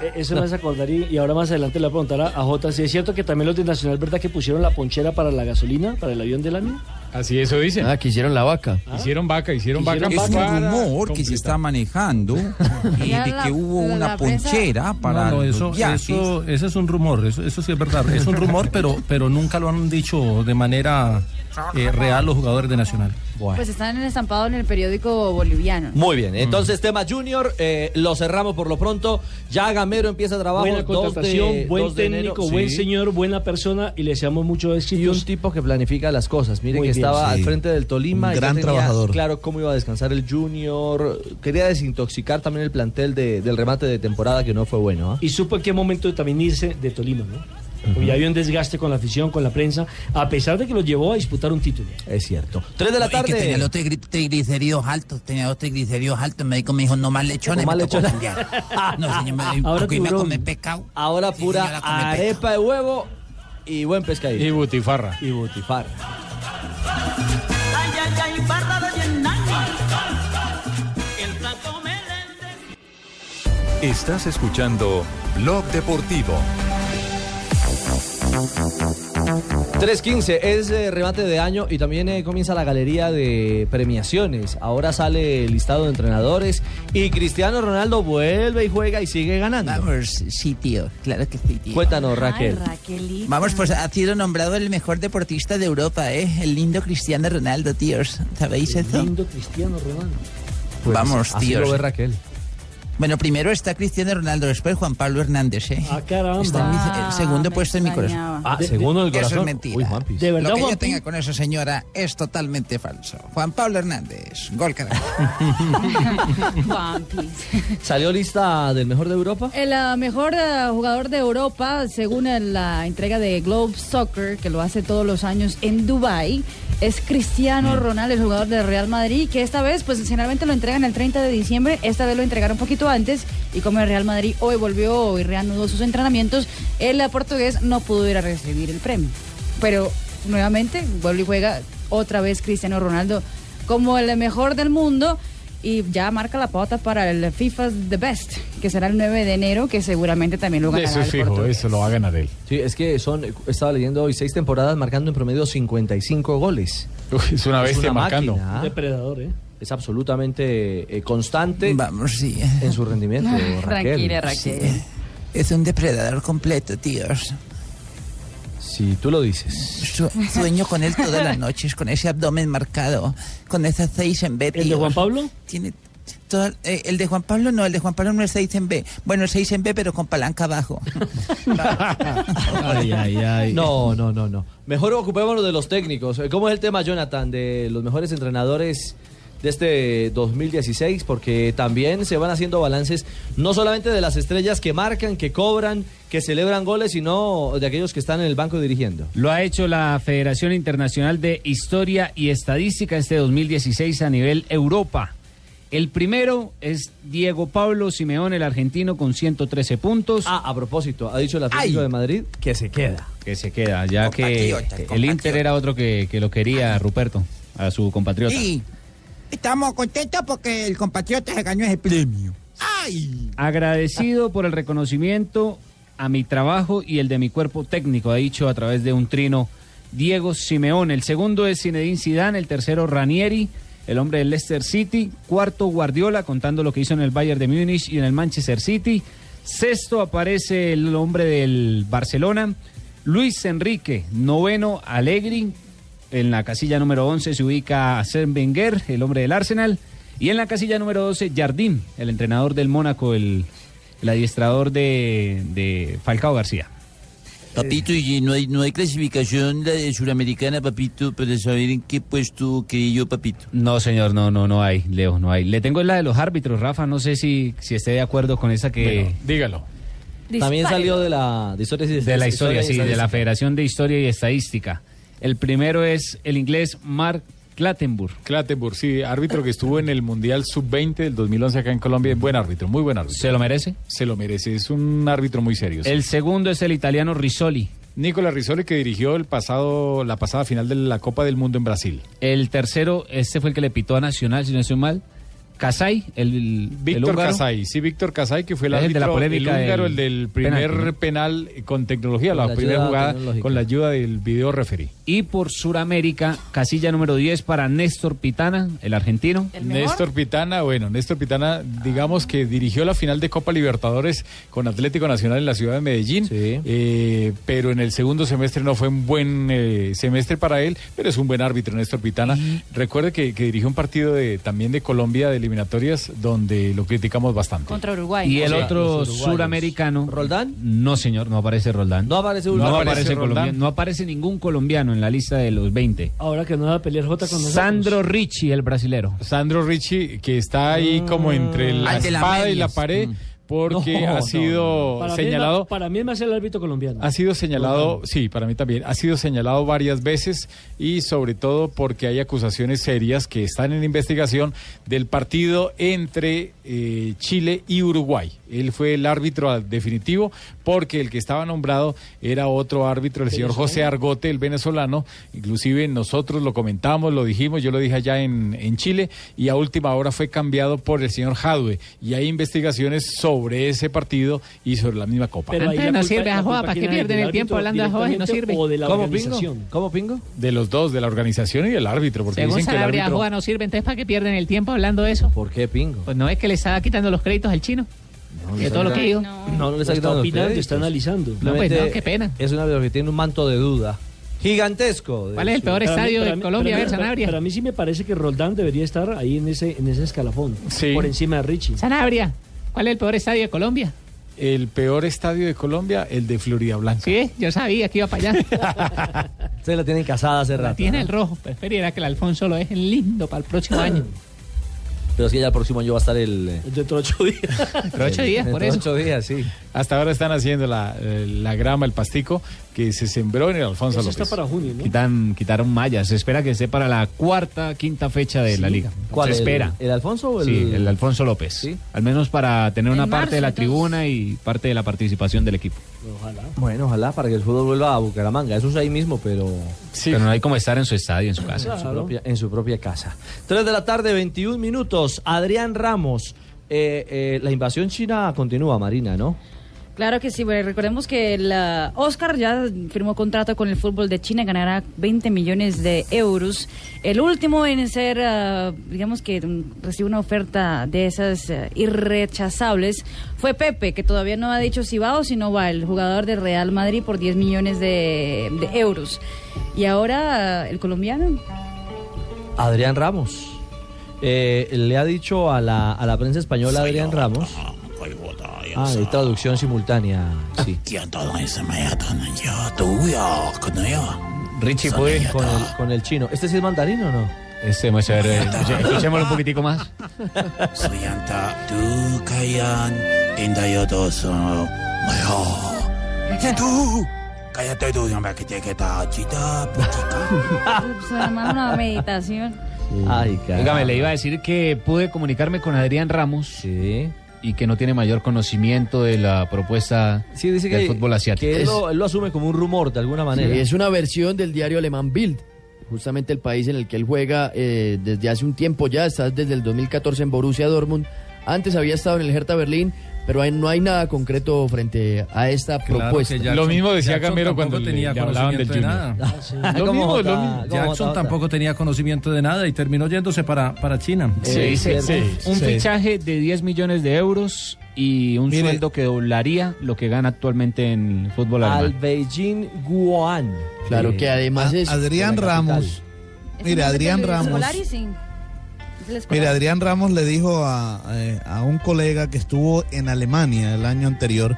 Speaker 7: eh, ese me hace acordar y, y ahora más adelante le voy a preguntar a, a Jota si es cierto que también los de Nacional, ¿verdad que pusieron la ponchera para la gasolina, para el avión del año?
Speaker 11: Así eso dicen.
Speaker 12: Ah, que hicieron la vaca.
Speaker 11: Hicieron vaca, hicieron vaca.
Speaker 8: Es un
Speaker 11: para
Speaker 8: rumor que se está manejando eh,
Speaker 11: Ya
Speaker 8: de
Speaker 11: la-
Speaker 8: que hubo
Speaker 11: la-
Speaker 8: una
Speaker 11: la prensa-
Speaker 8: ponchera Ah, para
Speaker 13: No, no,
Speaker 8: los
Speaker 13: eso,
Speaker 8: viajes.
Speaker 13: eso, ese es un rumor, eso, eso sí es verdad. Es un rumor, pero, pero nunca lo han dicho de manera eh, real los jugadores de Nacional.
Speaker 6: Pues están en el estampado en el periódico boliviano.
Speaker 5: Muy
Speaker 7: Mm.
Speaker 5: bien, entonces tema Junior, eh, lo cerramos por lo pronto. Ya Gamero empieza trabajo.
Speaker 7: Buena
Speaker 5: 2 de-
Speaker 7: contratación,
Speaker 5: 2
Speaker 7: buen
Speaker 5: de enero.
Speaker 7: técnico, buen
Speaker 5: Sí.
Speaker 7: señor, buena persona y le deseamos mucho éxito. Y un
Speaker 5: tipo que planifica las cosas. Mire que estaba al frente del Tolima.
Speaker 7: Un
Speaker 5: y ya
Speaker 7: gran
Speaker 5: tenía
Speaker 7: trabajador.
Speaker 5: Claro, cómo iba a descansar el Junior. Quería desintoxicar también el plantel de- del remate de temporada que no fue bueno. ¿ah?
Speaker 7: Y supo en qué momento también irse de Tolima, ¿no? Porque ya había un desgaste con la afición, con la prensa, a pesar de que lo llevó a disputar un título.
Speaker 5: Es cierto. Tres de la
Speaker 9: No, y que
Speaker 5: tarde.
Speaker 9: tenía los trigri- triglicéridos altos, tenía los triglicéridos altos. El médico me dijo, no más lechones.
Speaker 5: No más
Speaker 9: me tocó
Speaker 5: lechones.
Speaker 9: cambiar. No, señor, me
Speaker 5: Ahora
Speaker 9: tocó irme a
Speaker 5: tiburón.
Speaker 9: comer pescado.
Speaker 5: Ahora
Speaker 9: Sí,
Speaker 5: pura
Speaker 9: señora, come pescado.
Speaker 5: arepa de huevo y buen pescadito. Y
Speaker 11: butifarra.
Speaker 5: Y butifarra.
Speaker 3: Ay, ay, ay, barra de Vietnam. El plato me
Speaker 15: Estás escuchando Blog Deportivo.
Speaker 5: 3.15 es eh, remate de año y también eh, comienza la galería de premiaciones. Ahora sale el listado de entrenadores y Cristiano Ronaldo vuelve y juega y sigue ganando.
Speaker 9: Vamos, sí, tío, claro que sí, tío.
Speaker 5: Cuéntanos, Raquel.
Speaker 9: Vamos, pues ha sido nombrado el mejor deportista de Europa, ¿eh? El lindo Cristiano Ronaldo, tíos. ¿Sabéis eso?
Speaker 7: Lindo Cristiano Ronaldo.
Speaker 5: Pues,
Speaker 9: Vamos,
Speaker 5: así
Speaker 9: tíos.
Speaker 5: lo ve Raquel.
Speaker 9: Bueno, primero está Cristiano Ronaldo, después Juan Pablo Hernández, ¿eh?
Speaker 7: Ah, caramba.
Speaker 9: Está en mi-
Speaker 7: Ah,
Speaker 9: el segundo
Speaker 7: me
Speaker 9: puesto en mi
Speaker 7: extrañaba.
Speaker 9: corazón.
Speaker 7: Ah, segundo en el
Speaker 9: Eso
Speaker 7: corazón.
Speaker 9: es mentira.
Speaker 7: Uy, Juanpis. ¿De verdad,
Speaker 9: Lo que yo
Speaker 7: Juanpi?
Speaker 9: tenga con esa señora es totalmente falso. Juan Pablo Hernández, gol carajo.
Speaker 5: ¿Salió lista del mejor de Europa?
Speaker 6: El ah, mejor ah, jugador de Europa, según el, la entrega de Globe Soccer, que lo hace todos los años en Dubai, es Cristiano Ronaldo, el jugador del Real Madrid, que esta vez, pues generalmente lo entregan el 30 de diciembre, esta vez lo entregaron un poquito antes, y como el Real Madrid hoy volvió y reanudó sus entrenamientos, el ah, portugués no pudo ir a recibir el premio. Pero nuevamente vuelve y juega otra vez Cristiano Ronaldo como el mejor del mundo y ya marca la pauta para el FIFA The Best, que será el 9 de enero, que seguramente también lo ganará.
Speaker 11: Eso es
Speaker 6: el
Speaker 11: fijo,
Speaker 6: portugués.
Speaker 11: eso lo va a ganar él.
Speaker 5: Sí, es que son, estaba leyendo hoy, seis temporadas marcando en promedio 55 goles.
Speaker 11: es una bestia marcando.
Speaker 5: máquina. ¿ah?
Speaker 11: Un
Speaker 7: depredador, ¿eh?
Speaker 5: Es absolutamente eh, constante en su
Speaker 9: Ah,
Speaker 5: rendimiento, Raquel.
Speaker 9: Sí. Es un depredador completo, tíos.
Speaker 5: Si tú lo dices.
Speaker 9: Su- sueño con él todas las noches, con ese abdomen marcado, con esas seis en B.
Speaker 7: de
Speaker 9: tíos.
Speaker 7: Juan Pablo?
Speaker 9: Tiene toda- eh, el de Juan Pablo no, el de Juan Pablo no es seis en B. Bueno, es seis en B, pero con palanca abajo.
Speaker 5: Ay, ay, ay. No, no, no, no. Mejor ocupémonos de los técnicos. Eh, ¿Cómo es el tema, Jonathan, de los mejores entrenadores de este 2016? Porque también se van haciendo balances, no solamente de las estrellas que marcan, que cobran, que celebran goles, sino de aquellos que están en el banco dirigiendo.
Speaker 18: Lo ha hecho la Federación Internacional de Historia y Estadística este 2016 a nivel Europa. El primero es Diego Pablo Simeón, el argentino, con 113 puntos.
Speaker 5: Ah, a propósito, ha dicho el Atlético de Madrid que se queda.
Speaker 18: Que se queda, ya que
Speaker 5: Compatriota,
Speaker 18: el Inter era otro que, que lo quería, Ruperto, a su compatriota.
Speaker 8: Y estamos contentos porque el compatriota se ganó ese premio.
Speaker 18: Agradecido por el reconocimiento a mi trabajo y el de mi cuerpo técnico, ha dicho a través de un trino Diego Simeón. El segundo es Zinedine Zidane, el tercero Ranieri, el hombre del Leicester City, cuarto Guardiola, contando lo que hizo en el Bayern de Múnich y en el Manchester City. Sexto aparece el hombre del Barcelona, Luis Enrique, noveno Allegri, en la casilla número 11 se ubica Arsène Wenger, el hombre del Arsenal. Y en la casilla número 12, Jardín, el entrenador del Mónaco, el, el adiestrador de, de Falcao García.
Speaker 20: Papito, y no hay, no hay clasificación la de suramericana, papito, para saber en qué puesto que yo, papito.
Speaker 18: No, señor, no, no, no hay, Leo, no hay. Le tengo la de los árbitros, Rafa, no sé si, si esté de acuerdo con esa que...
Speaker 11: Bueno, dígalo.
Speaker 18: Dispárelo.
Speaker 5: También salió de la de historia,
Speaker 18: De la historia, sí, de la
Speaker 5: fe.
Speaker 18: Federación de Historia y Estadística. El primero es el inglés Mark Clattenburg.
Speaker 11: Clatenburg, sí, árbitro que estuvo en el Mundial Sub-20 del 2011 acá en Colombia. Buen árbitro, muy buen árbitro. ¿Se
Speaker 18: lo merece?
Speaker 11: Se lo merece, es un árbitro muy serio. sí.
Speaker 18: El segundo es el italiano Risoli.
Speaker 11: Nicolás Rizzoli que dirigió el pasado, la pasada final de la Copa del Mundo en Brasil.
Speaker 18: El tercero, este fue el que le pitó a Nacional, si no estoy mal. Casay, el, el
Speaker 11: Víctor
Speaker 18: húngaro.
Speaker 11: Casay, sí, Víctor Casay, que fue el
Speaker 18: Es el de
Speaker 11: árbitro,
Speaker 18: la
Speaker 11: el
Speaker 18: polémica
Speaker 11: húngaro, el
Speaker 18: del
Speaker 11: del primer
Speaker 18: penalti, ¿no?
Speaker 11: penal eh, con tecnología,
Speaker 18: Con
Speaker 11: la,
Speaker 18: la
Speaker 11: primera
Speaker 18: ayuda
Speaker 11: jugada
Speaker 18: tecnológica.
Speaker 11: con la ayuda del video referí.
Speaker 18: Y por Suramérica, casilla número 10 para Néstor Pitana, el argentino.
Speaker 11: Néstor Pitana, bueno, Néstor Pitana, digamos que dirigió la final de Copa Libertadores con Atlético Nacional en la ciudad de Medellín, eh, pero en el segundo semestre no fue un buen eh, semestre para él, pero es un buen árbitro Néstor Pitana. Recuerde que, que dirigió un partido de, también de Colombia de eliminatorias donde lo criticamos bastante.
Speaker 6: Contra Uruguay.
Speaker 18: Y
Speaker 6: ¿no?
Speaker 18: el
Speaker 6: Sí.
Speaker 18: otro
Speaker 11: los uruguayos.
Speaker 18: suramericano.
Speaker 5: ¿Roldán?
Speaker 18: No, señor, no aparece Roldán. No
Speaker 5: aparece
Speaker 18: No
Speaker 11: Uruguay.
Speaker 18: aparece,
Speaker 11: Roldán.
Speaker 18: colombiano, no aparece ningún colombiano en la lista de los 20.
Speaker 7: Ahora que no va a pelear J con nosotros.
Speaker 18: Sandro Ricci, el brasilero.
Speaker 11: Sandro Ricci, que está ahí como entre la
Speaker 18: Ah. Al de la
Speaker 11: espada y la
Speaker 18: medias. Mm.
Speaker 11: pared, porque
Speaker 18: No,
Speaker 11: ha
Speaker 18: no,
Speaker 11: sido
Speaker 7: Para mí es la-
Speaker 11: señalado.
Speaker 7: para mí es más el árbitro colombiano.
Speaker 11: Ha sido señalado, sí, para mí también, ha sido señalado varias veces y sobre todo porque hay acusaciones serias que están en investigación del partido entre eh, Chile y Uruguay. Él fue el árbitro al- definitivo porque el que estaba nombrado era otro árbitro, el señor José Argote, el venezolano. Inclusive nosotros lo comentamos, lo dijimos, yo lo dije allá en, en Chile y a última hora fue cambiado por el señor Jadwe y hay investigaciones sobre sobre ese partido y sobre la misma Copa.
Speaker 21: Pero Entonces ahí la no culpa- sirve la a Joa, culpa ¿para qué quién es, pierden del el tiempo árbitro hablando a Joa y no directamente Ah, sirve? o de la
Speaker 11: ¿Cómo,
Speaker 21: organización?
Speaker 11: Pingo? ¿Cómo Pingo? De los dos, de la organización y del árbitro, porque
Speaker 21: Según
Speaker 11: dicen que el
Speaker 21: Sanabria,
Speaker 11: árbitro...
Speaker 21: Joa no sirve. Entonces, ¿para qué pierden el tiempo hablando de eso?
Speaker 5: ¿Por qué Pingo?
Speaker 21: Pues no es que le estaba quitando los créditos al chino. de todo lo que digo.
Speaker 5: No, no le está
Speaker 7: Está
Speaker 5: quitando los
Speaker 7: opinando,
Speaker 5: créditos.
Speaker 7: está analizando.
Speaker 21: No, pues,
Speaker 5: Simplemente
Speaker 21: no, qué pena.
Speaker 5: Es un árbitro que tiene un manto de duda gigantesco. de
Speaker 21: ¿Cuál es el
Speaker 5: su-
Speaker 21: peor estadio de
Speaker 7: mí-
Speaker 21: Colombia? A
Speaker 7: mí-
Speaker 21: ver,
Speaker 7: para-
Speaker 21: Sanabria.
Speaker 7: Para mí sí me parece que Roldán debería estar ahí en ese, en ese escalafón, por encima de Richie.
Speaker 21: Sanabria, ¿cuál es el peor estadio de Colombia?
Speaker 11: El peor estadio de Colombia, el de Florida Blanca.
Speaker 21: Sí, yo sabía que iba para allá.
Speaker 5: Ustedes la tienen casada hace rato.
Speaker 21: Tiene el rojo. Preferiría que el Alfonso lo deje lindo para el próximo año.
Speaker 18: Ah.
Speaker 5: Pero es que ya el próximo año va a estar el... eh,
Speaker 7: Dentro de ocho días.
Speaker 21: Pero ocho días, por
Speaker 5: Dentro de
Speaker 21: eso.
Speaker 5: Ocho días, sí.
Speaker 11: Hasta ahora están haciendo la, eh, la grama, el pastico, que se sembró en el Alfonso
Speaker 7: Eso
Speaker 11: López.
Speaker 7: está para junio, ¿no?
Speaker 18: Quitan, quitaron mallas. Se espera que esté para la cuarta, quinta fecha de la liga.
Speaker 5: ¿Cuál,
Speaker 18: se
Speaker 5: el-
Speaker 18: espera.
Speaker 5: ¿El Alfonso o el...?
Speaker 18: Sí, el Alfonso López. Al menos para tener una parte de la tribuna y parte de la participación del equipo.
Speaker 7: Ojalá.
Speaker 5: Bueno, ojalá para que el fútbol vuelva a Bucaramanga. Eso es ahí mismo, pero...
Speaker 18: Pero no hay como estar en su estadio, en su casa.
Speaker 5: En, su propia, en su propia casa. 3 de la tarde, 21 minutos. Adrián Ramos. Eh, eh, la invasión china continúa, Marina, ¿no?
Speaker 6: Claro que sí, bueno, recordemos que el ah, Oscar ya firmó contrato con el fútbol de China, ganará 20 millones de euros. El último en ser, ah, digamos que mm, recibe una oferta de esas ah, irrechazables fue Pepe, que todavía no ha dicho si va o si no va, el jugador de Real Madrid por 10 millones de, de euros. Y ahora ah, el colombiano.
Speaker 5: Adrián Ramos. Eh, le ha dicho a la, a la prensa española
Speaker 9: Soy
Speaker 5: Adrián
Speaker 9: yo.
Speaker 5: Ramos. Ah, de traducción simultánea. Sí. Richie
Speaker 9: Puig
Speaker 5: con el, con el chino. ¿Este sí es mandarín o no?
Speaker 7: pues,
Speaker 18: Este, vamos a ver, eh, escuche- escuchémoslo un poquitico más.
Speaker 9: tú, cállate tú, hombre, que te queda chita,
Speaker 6: Se llama Pues, una meditación.
Speaker 5: Ay, carajo.
Speaker 18: Dígame, le iba a decir que pude comunicarme con Adrián Ramos. Y que no tiene mayor conocimiento de la propuesta
Speaker 5: Sí, dice
Speaker 18: del
Speaker 5: que, eh,
Speaker 18: fútbol asiático.
Speaker 5: que él, lo, él lo asume como un rumor de alguna manera.
Speaker 12: Sí, es una versión del diario alemán Bild, justamente el país en el que él juega eh, desde hace un tiempo ya, está desde el 2014 en Borussia Dortmund. Antes había estado en el Hertha Berlín, pero ahí no hay nada concreto frente a esta propuesta.
Speaker 11: lo mismo decía Gamero cuando le, le hablaban del Junior.
Speaker 5: Ah,
Speaker 11: Lo
Speaker 12: Como
Speaker 11: mismo, lo
Speaker 12: Jota,
Speaker 11: mismo.
Speaker 12: como
Speaker 13: Jackson tampoco tenía conocimiento de nada y terminó yéndose para, para China.
Speaker 18: Se dice un fichaje de 10 millones de euros y un
Speaker 13: Mire.
Speaker 18: sueldo que doblaría lo que gana actualmente en el fútbol
Speaker 5: Al
Speaker 18: alemán.
Speaker 5: Beijing Guoan.
Speaker 12: Claro
Speaker 18: Sí.
Speaker 12: que además
Speaker 18: A-
Speaker 12: es...
Speaker 10: Adrián
Speaker 12: de la capital.
Speaker 10: Ramos. Mira, Adrián Ramos. Mira,
Speaker 6: Mira,
Speaker 10: Adrián Ramos le dijo a, eh, a un colega que estuvo en Alemania el año anterior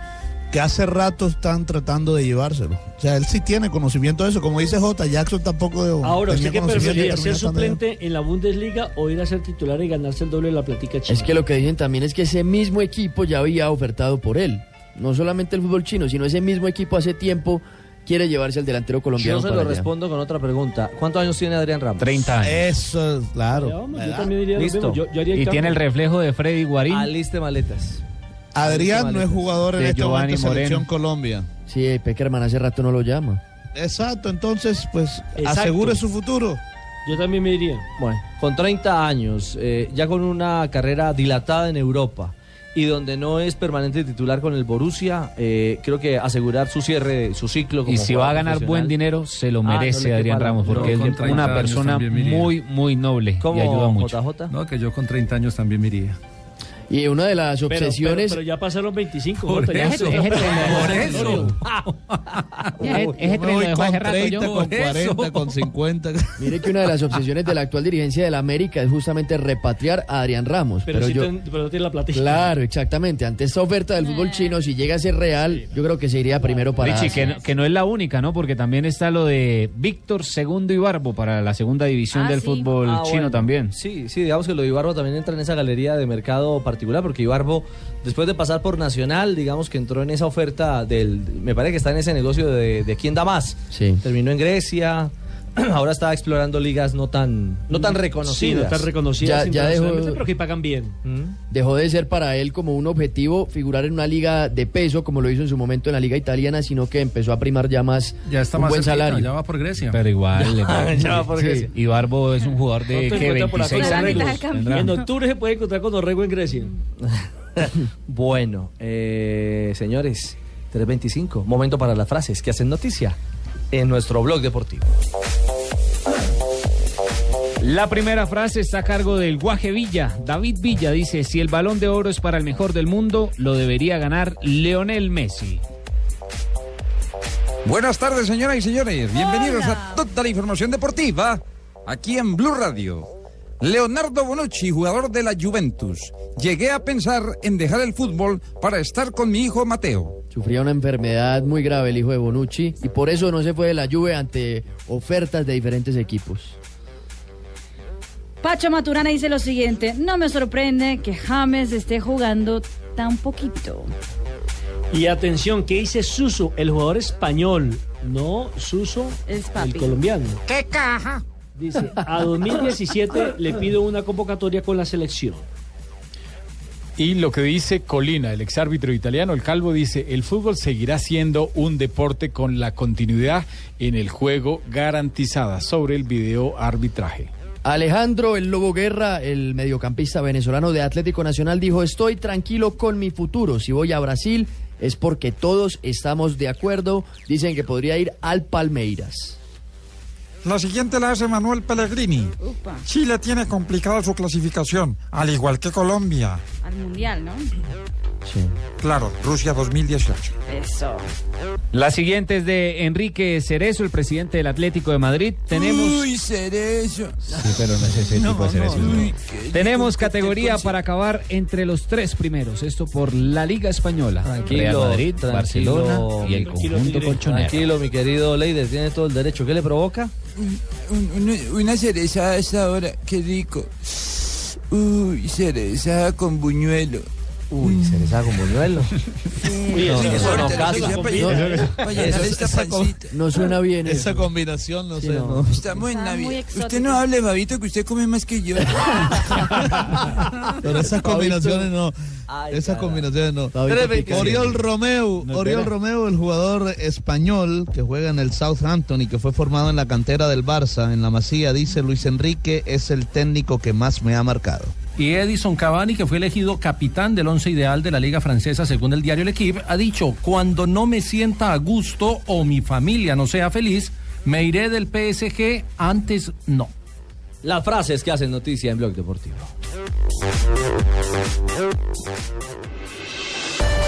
Speaker 10: que hace rato están tratando de llevárselo. O sea, él sí tiene conocimiento de eso. Como dice J. Jackson tampoco de,
Speaker 7: Ahora,
Speaker 10: tenía
Speaker 7: ¿usted qué
Speaker 10: conocimiento y
Speaker 7: preferiría?
Speaker 10: terminó
Speaker 7: ¿Ser
Speaker 10: estando allá.
Speaker 7: suplente en la Bundesliga o ir a ser titular y ganarse el doble de la platica china?
Speaker 12: Es que lo que dicen también es que ese mismo equipo ya había ofertado por él. No solamente el fútbol chino, sino ese mismo equipo hace tiempo quiere llevarse al delantero colombiano.
Speaker 5: Yo se
Speaker 12: para
Speaker 5: lo
Speaker 12: allá.
Speaker 5: respondo con otra pregunta. ¿Cuántos años tiene Adrián Ramos?
Speaker 18: 30 años.
Speaker 10: Eso,
Speaker 12: Ya
Speaker 10: claro.
Speaker 12: vamos,
Speaker 10: la
Speaker 12: yo
Speaker 10: edad.
Speaker 12: también diría lo
Speaker 5: Listo.
Speaker 12: mismo. Yo- yo haría el
Speaker 18: Y
Speaker 12: cambio.
Speaker 18: tiene el reflejo de Freddy Guarín.
Speaker 5: Aliste maletas.
Speaker 10: Adrián
Speaker 5: Aliste
Speaker 10: no es
Speaker 5: maletas.
Speaker 10: jugador en
Speaker 18: De
Speaker 10: este
Speaker 18: Giovanni
Speaker 10: momento de selección
Speaker 18: Moreno.
Speaker 10: Colombia.
Speaker 12: Sí, Peckerman hace rato no lo llama.
Speaker 10: Exacto, entonces, pues
Speaker 12: Exacto.
Speaker 10: asegure su futuro.
Speaker 7: Yo también me diría.
Speaker 5: Bueno, con 30 años, eh, ya con una carrera dilatada en Europa y donde no es permanente titular con el Borussia, eh, creo que asegurar su cierre, su ciclo. Como
Speaker 18: Y si va a
Speaker 5: jugador
Speaker 18: ganar buen
Speaker 5: profesional.
Speaker 18: dinero, se lo
Speaker 5: Ah, no
Speaker 18: merece
Speaker 5: le quepa
Speaker 18: Adrián
Speaker 5: la-
Speaker 18: Ramos, porque
Speaker 5: No, con
Speaker 18: es
Speaker 5: 30
Speaker 18: una
Speaker 5: años
Speaker 18: persona
Speaker 13: también me iría.
Speaker 18: muy, muy noble y ayuda mucho.
Speaker 13: No, que yo con 30 años también me iría.
Speaker 12: Y una de las
Speaker 7: Pero, pero,
Speaker 12: obsesiones...
Speaker 7: pero ya pasaron 25.
Speaker 13: Por
Speaker 7: Jota, ya
Speaker 13: eso.
Speaker 7: es- es el-
Speaker 13: Por eso.
Speaker 12: Ya,
Speaker 10: Yo
Speaker 12: ese
Speaker 10: me
Speaker 12: tren lo
Speaker 10: voy
Speaker 12: dejó
Speaker 10: con
Speaker 12: hace rato,
Speaker 10: 30,
Speaker 12: yo.
Speaker 10: con
Speaker 12: Por eso.
Speaker 10: 40, con 50.
Speaker 12: Mire que una de las obsesiones de la actual dirigencia del América es justamente repatriar a Adrián Ramos.
Speaker 7: Pero,
Speaker 12: Pero,
Speaker 7: sí
Speaker 12: yo,
Speaker 7: ten- pero no tiene la platica.
Speaker 12: Claro, exactamente. Ante esta oferta del fútbol chino, si llega a ser real, yo creo que se iría primero para
Speaker 18: Ah. Richie,
Speaker 12: Asia.
Speaker 18: que no, que no es la única, ¿no? Porque también está lo de Víctor Segundo Ibarbo para la segunda división
Speaker 5: Ah,
Speaker 18: del
Speaker 5: sí.
Speaker 18: fútbol
Speaker 5: Ah,
Speaker 18: chino
Speaker 5: bueno.
Speaker 18: también.
Speaker 5: Sí, sí, digamos que lo de Ibarbo también entra en esa galería de mercado particular, porque Ibarbo, después de pasar por Nacional, digamos que entró en esa oferta del. Me parece que está en ese negocio de, de quién da más.
Speaker 12: Sí.
Speaker 5: Terminó en Grecia, ahora está explorando ligas no tan, no tan reconocidas.
Speaker 7: Sí, no tan reconocidas
Speaker 12: Ya- ya dejó-
Speaker 7: internacionalmente, pero que pagan bien.
Speaker 13: Mm.
Speaker 12: Dejó de ser para él como un objetivo figurar en una liga de peso, como lo hizo en su momento en la liga italiana, sino que empezó a primar ya más
Speaker 13: Ya está
Speaker 12: un
Speaker 13: más
Speaker 12: buen
Speaker 13: cerquita,
Speaker 12: salario.
Speaker 13: ya va por Grecia.
Speaker 18: Pero igual, le parece.
Speaker 13: Ya va por Grecia.
Speaker 18: Y Barbo es un jugador
Speaker 7: No
Speaker 13: Eh,
Speaker 18: de
Speaker 7: te
Speaker 18: ¿qué,
Speaker 7: encuentras por acá
Speaker 18: 26
Speaker 7: con
Speaker 18: años.
Speaker 7: Orrego. En octubre se puede encontrar con Orrego en Grecia.
Speaker 5: bueno, eh, señores, 3.25. Momento para las frases que hacen noticia en nuestro blog deportivo.
Speaker 18: La primera frase está a cargo del Guaje Villa. David Villa dice, si el balón de oro es para el mejor del mundo, lo debería ganar Leonel Messi.
Speaker 17: Buenas tardes, señoras y señores. Bienvenidos a toda la información deportiva aquí en Blue Radio. Leonardo Bonucci, jugador de la Juventus. Llegué a pensar en dejar el fútbol para estar con mi hijo Mateo.
Speaker 12: Sufría una enfermedad muy grave el hijo de Bonucci y por eso no se fue de la Juve ante ofertas de diferentes equipos.
Speaker 6: Pacho Maturana dice lo siguiente, no me sorprende que James esté jugando tan poquito.
Speaker 7: Y atención, ¿qué dice Suso, el jugador español? No, Suso, el colombiano.
Speaker 3: ¡Qué caja!
Speaker 7: Dice, A 2017 le pido una convocatoria con la selección.
Speaker 11: Y lo que dice Colina, el exárbitro italiano, el calvo, dice, el fútbol seguirá siendo un deporte con la continuidad en el juego garantizada sobre el video arbitraje.
Speaker 12: Alejandro El Lobo Guerra, el mediocampista venezolano de Atlético Nacional, dijo, estoy tranquilo con mi futuro. Si voy a Brasil es porque todos estamos de acuerdo. Dicen que podría ir al Palmeiras.
Speaker 17: La siguiente la hace Manuel Pellegrini. Chile tiene complicada su clasificación, al igual que Colombia.
Speaker 6: Al mundial, ¿no?
Speaker 17: Claro, Rusia 2018.
Speaker 6: Eso.
Speaker 18: La siguiente es de Enrique Cerezo, el presidente del Atlético de Madrid. Tenemos...
Speaker 3: Uy, cerezo.
Speaker 18: Sí, pero no es ese
Speaker 3: No,
Speaker 18: tipo de cerezo,
Speaker 3: no,
Speaker 18: no.
Speaker 3: uy,
Speaker 18: Tenemos categoría para acabar entre los tres primeros. Esto por la Liga Española.
Speaker 5: Real Madrid, Barcelona y el conjunto
Speaker 18: colchonero.
Speaker 5: Tranquilo, mi querido Leider, tiene todo el derecho. ¿Qué le provoca?
Speaker 3: Un- un- una cereza a esta hora, qué rico. Uy, cereza con buñuelo.
Speaker 5: Uy, cereza con buñuelo.
Speaker 3: No, no,
Speaker 5: eso no
Speaker 3: no,
Speaker 5: casa.
Speaker 3: no,
Speaker 5: Eso-
Speaker 3: eso- esa
Speaker 12: No suena bien.
Speaker 10: Esa combinación, no
Speaker 12: Sí,
Speaker 10: sé.
Speaker 12: no.
Speaker 10: no.
Speaker 3: Estamos en Navidad. Usted no hable, babito, que usted come más que yo.
Speaker 10: Pero esas combinaciones no. esas combinaciones no.
Speaker 3: Pabito Picasso.
Speaker 10: Oriol Romeu,
Speaker 3: No,
Speaker 10: Oriol
Speaker 3: espera.
Speaker 10: Romeu, el jugador español que juega en el Southampton y que fue formado en la cantera del Barça, en la Masía, dice Luis Enrique es el técnico que más me ha marcado.
Speaker 13: Y Edison Cavani, que fue elegido capitán del once ideal de la Liga Francesa según el diario L'Equipe, ha dicho, cuando no me sienta a gusto o mi familia no sea feliz, me iré del PSG, antes no.
Speaker 5: Las frases que hacen noticia en Blog Deportivo.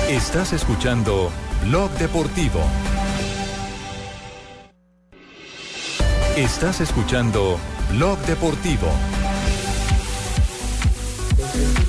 Speaker 15: Estás escuchando Blog Deportivo. Estás escuchando Blog Deportivo.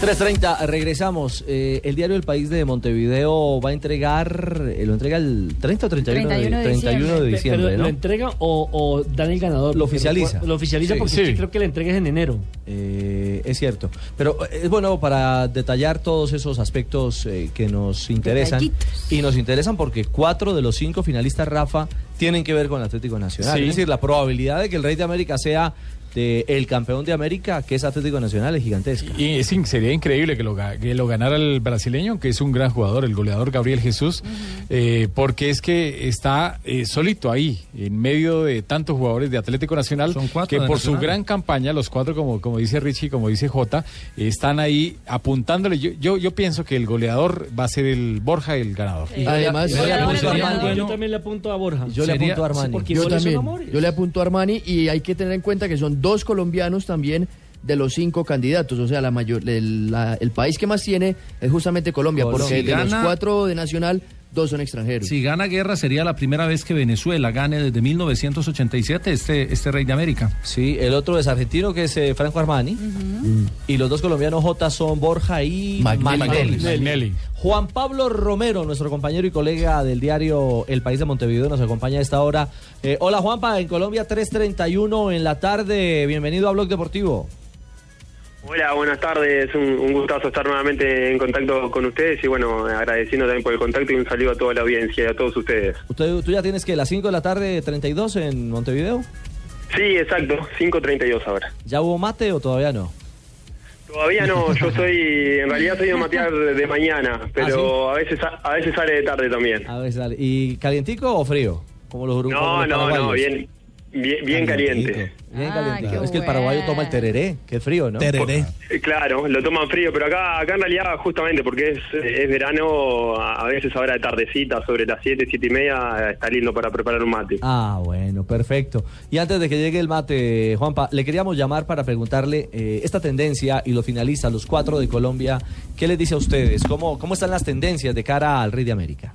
Speaker 5: 3.30, regresamos. Eh, el diario El País de Montevideo va a entregar, eh, lo entrega el 30 o 31,
Speaker 7: 31 de diciembre.
Speaker 5: 31 de diciembre,
Speaker 7: Pero,
Speaker 5: ¿no?
Speaker 7: ¿Lo entrega o, o dan el ganador?
Speaker 5: Lo
Speaker 7: Porque
Speaker 5: oficializa.
Speaker 7: Lo oficializa
Speaker 5: Sí.
Speaker 7: porque
Speaker 5: Sí.
Speaker 7: es que creo que la entrega es en enero.
Speaker 5: Eh, es cierto. Pero eh, es bueno para detallar todos esos aspectos eh, que nos interesan.
Speaker 12: Detallitos.
Speaker 5: Y nos interesan porque cuatro de los cinco finalistas, Rafa, tienen que ver con Atlético Nacional.
Speaker 11: Sí.
Speaker 5: Es decir, la probabilidad de que el Rey de América sea de el campeón de América, que es Atlético Nacional, es gigantesca.
Speaker 11: Y es, in- sería increíble que lo, ga- que lo ganara el brasileño, que es un gran jugador, el goleador Gabriel Jesús, eh, porque es que está eh, solito ahí, en medio de tantos jugadores de Atlético Nacional, que
Speaker 13: de
Speaker 11: por su
Speaker 13: Nacional.
Speaker 11: gran campaña, los cuatro, como, como dice Richie, como dice Jota, están ahí apuntándole. Yo, yo, yo pienso que el goleador va a ser el Borja, el ganador.
Speaker 12: Además,
Speaker 11: Sería- sería muy
Speaker 7: Yo
Speaker 11: bueno.
Speaker 7: también le apunto a Borja.
Speaker 11: Yo le Sería- apunto a Armani.
Speaker 7: Porque
Speaker 12: Yo
Speaker 7: goles son
Speaker 12: también.
Speaker 7: amores.
Speaker 12: Yo le apunto a Armani y hay que tener en cuenta que son dos colombianos también de los cinco candidatos. O sea, la mayor, el, la- el país que más tiene es justamente Colombia,
Speaker 13: Colombia.
Speaker 12: porque
Speaker 13: Si
Speaker 12: de los
Speaker 13: gana-
Speaker 12: cuatro de Nacional, dos son extranjeros.
Speaker 13: Si gana guerra sería la primera vez que Venezuela gane desde 1987 este, este Rey de América.
Speaker 5: Sí, el otro es argentino, que es eh, Franco Armani. Y los dos colombianos J son Borja y
Speaker 11: Magnelli.
Speaker 5: Magnelli.
Speaker 11: Magnelli.
Speaker 5: Juan Pablo Romero, nuestro compañero y colega del diario El País de Montevideo, nos acompaña a esta hora. Eh, hola Juanpa, en Colombia 3.31 en la tarde. Bienvenido a Blog Deportivo.
Speaker 22: Hola, buenas tardes. Un, un gustazo estar nuevamente en contacto con ustedes y bueno, agradeciendo también por el contacto y un saludo a toda la audiencia y a todos ustedes.
Speaker 5: Usted, ¿Tú ya tienes que las 5 de la tarde 32 en Montevideo?
Speaker 22: Sí, exacto, 5.32 ahora.
Speaker 5: ¿Ya hubo mate o todavía no?
Speaker 22: Todavía no, yo soy, en realidad soy de matear de mañana, pero a veces a, a veces sale de tarde también.
Speaker 5: A ver, dale. ¿Y calientico o frío? Como los uruguayos.
Speaker 22: No, no, no, bien, Bien, bien caliente.
Speaker 5: Bien caliente. es que el paraguayo toma el tereré, que es frío, ¿no? Tereré.
Speaker 22: Eh, Claro, lo toman frío, pero acá, acá en realidad justamente porque es, es verano, a a veces ahora de tardecita, sobre las 7, 7 y media, eh, está lindo para preparar un mate.
Speaker 5: Ah, bueno, perfecto. Y antes de que llegue el mate, Juanpa, le queríamos llamar para preguntarle eh, esta tendencia y lo finaliza, los cuatro de Colombia, ¿qué les dice a ustedes? ¿Cómo, cómo están las tendencias de cara al Rey de América?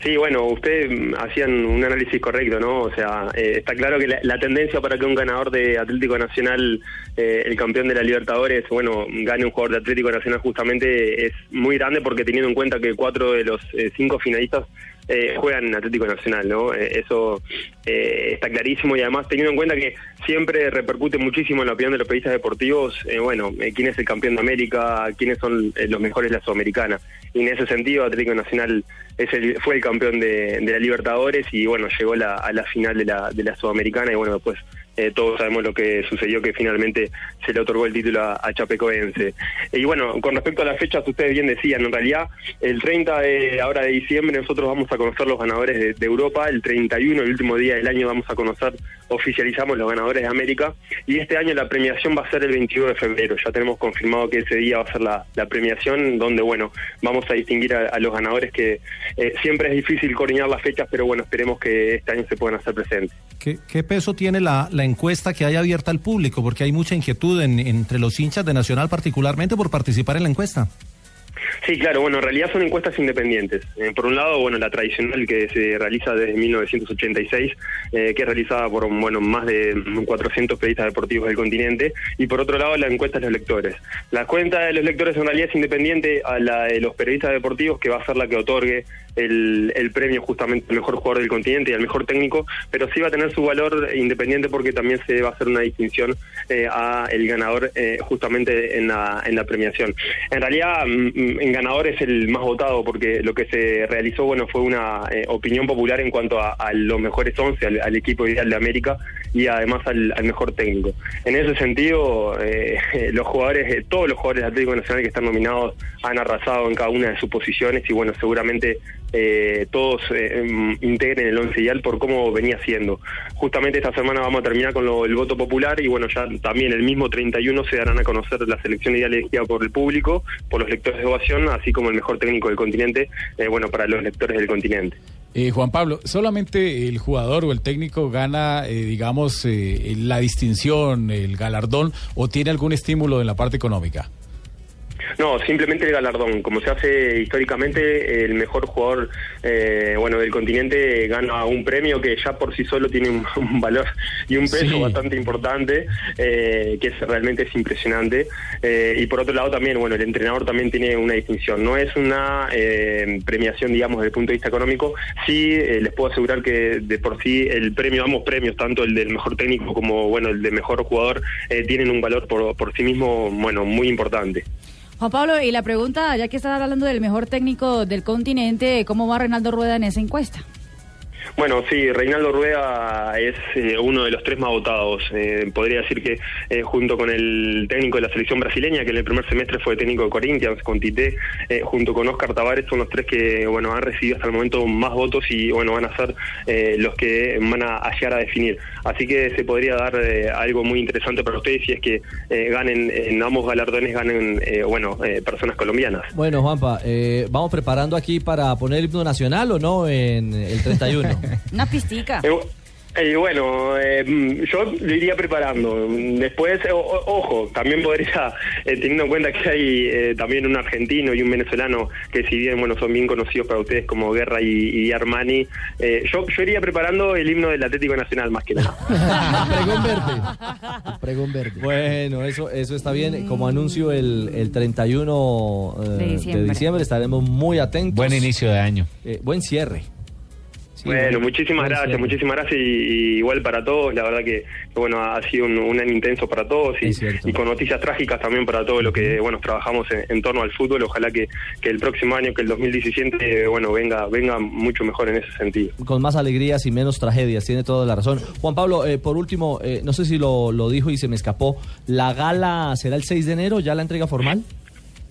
Speaker 22: Sí, bueno, ustedes mm, hacían un análisis correcto, ¿no? O sea, eh, está claro que la, la tendencia para que un ganador de Atlético Nacional, eh, el campeón de la Libertadores, bueno, gane un jugador de Atlético Nacional justamente es muy grande porque teniendo en cuenta que cuatro de los eh, cinco finalistas eh, juegan en Atlético Nacional, ¿no? Eh, eso eh, está clarísimo y además teniendo en cuenta que siempre repercute muchísimo en la opinión de los periodistas deportivos, eh, bueno, eh, quién es el campeón de América, quiénes son eh, los mejores de la Sudamericana. Y en ese sentido, Atlético Nacional es el, fue el campeón de, de la Libertadores y bueno, llegó la- a la final de la, de la Sudamericana y bueno, después eh, todos sabemos lo que sucedió, que finalmente se le otorgó el título a, a Chapecoense. Y bueno, con respecto a las fechas, ustedes bien decían, en realidad el 30 de, ahora de diciembre nosotros vamos a conocer los ganadores de, de Europa, el 31, el último día del año, vamos a conocer, oficializamos los ganadores de América, y este año la premiación va a ser el 22 de febrero, ya tenemos confirmado que ese día va a ser la, la premiación, donde bueno, vamos a distinguir a, a los ganadores, que eh, siempre es difícil coordinar las fechas, pero bueno, esperemos que este año se puedan hacer presentes.
Speaker 13: ¿Qué, qué peso tiene la, la encuesta que hay abierta al público? Porque hay mucha inquietud en- entre los hinchas de Nacional, particularmente por participar en la encuesta.
Speaker 22: Sí, claro, bueno, en realidad son encuestas independientes. Eh, por un lado, bueno, la tradicional que se realiza desde 1986, eh, que es realizada por, bueno, más de mm, 400 periodistas deportivos del continente, y por otro lado, la encuesta de los lectores. La cuenta de los lectores en realidad es independiente a la de los periodistas deportivos, que va a ser la que otorgue el, el premio justamente al mejor jugador del continente y al mejor técnico, pero sí va a tener su valor independiente porque también se va a hacer una distinción eh, a el ganador eh, justamente en la, en la premiación. En realidad, mm, mm, en ganador es el más votado porque lo que se realizó bueno fue una eh, opinión popular en cuanto a, a los mejores 11, al, al equipo ideal de América y además al, al mejor técnico. En ese sentido, eh, los jugadores, eh, todos los jugadores de Atlético Nacional que están nominados han arrasado en cada una de sus posiciones y bueno, seguramente eh, todos eh, em, integren el once ideal por cómo venía siendo. Justamente esta semana vamos a terminar con lo- el voto popular y bueno, ya también el mismo 31 se darán a conocer la selección ideal elegida por el público, por los lectores de ovación, así como el mejor técnico del continente, eh, bueno, para los lectores del continente.
Speaker 11: Eh, Juan Pablo, solamente el jugador o el técnico gana, eh, digamos, eh, la distinción, el galardón, o tiene algún estímulo en la parte económica.
Speaker 22: No, simplemente el galardón. Como se hace históricamente, el mejor jugador eh, bueno del continente gana un premio que ya por sí solo tiene un, un valor y un peso bastante importante, eh, que es, realmente es impresionante. Eh, y por otro lado también, bueno, el entrenador también tiene una distinción. No es una eh, premiación, digamos, desde el punto de vista económico. Sí, eh, les puedo asegurar que de por sí el premio, ambos premios, tanto el del mejor técnico como, bueno, el de mejor jugador, eh, tienen un valor por, por sí mismo, bueno, muy importante.
Speaker 6: Juan Pablo, y la pregunta, ya que estás hablando del mejor técnico del continente, ¿cómo va Reinaldo Rueda en esa encuesta?
Speaker 22: Bueno, sí, Reinaldo Rueda es eh, uno de los tres más votados. Eh, podría decir que eh, junto con el técnico de la selección brasileña, que en el primer semestre fue técnico de Corinthians, con Tite, eh, junto con Oscar Tavares, son los tres que bueno han recibido hasta el momento más votos y bueno van a ser eh, los que van a, a llegar a definir. Así que se podría dar eh, algo muy interesante para ustedes si es que eh, ganen en ambos galardones ganen eh, bueno eh, personas colombianas.
Speaker 5: Bueno, Juanpa, eh, vamos preparando aquí para poner el himno nacional o no en el 31.
Speaker 6: Una pistica.
Speaker 22: Eh, eh, bueno, eh, mm, yo lo iría preparando. Después, eh, o- o- ojo, también podría, eh, teniendo en cuenta que hay eh, también un argentino y un venezolano que si bien bueno son bien conocidos para ustedes como Guerra y, y Armani, eh, yo, yo iría preparando el himno del Atlético Nacional más que nada.
Speaker 5: Pregón verde. Pregón verde. Bueno, eso, eso está bien. Como anuncio el, el 31 eh,
Speaker 1: De
Speaker 5: de,
Speaker 1: diciembre.
Speaker 5: diciembre. estaremos muy atentos. Buen
Speaker 1: inicio de año.
Speaker 5: buen cierre. Sí,
Speaker 22: bueno,
Speaker 5: buen-
Speaker 22: muchísimas
Speaker 5: buen
Speaker 22: gracias,
Speaker 5: cierre.
Speaker 22: muchísimas gracias y, y igual para todos, la verdad que, que, bueno, ha sido un, un año intenso para todos y, y con noticias trágicas también para todos los que, bueno, trabajamos en, en torno al fútbol, ojalá que, que el próximo año, que el 2017, eh, bueno, venga, venga mucho mejor en ese sentido.
Speaker 5: Con más alegrías y menos tragedias, tiene toda la razón. Juan Pablo, eh, por último, eh, no sé si lo, lo dijo y se me escapó, ¿la gala será el 6 de enero, ya la entrega formal?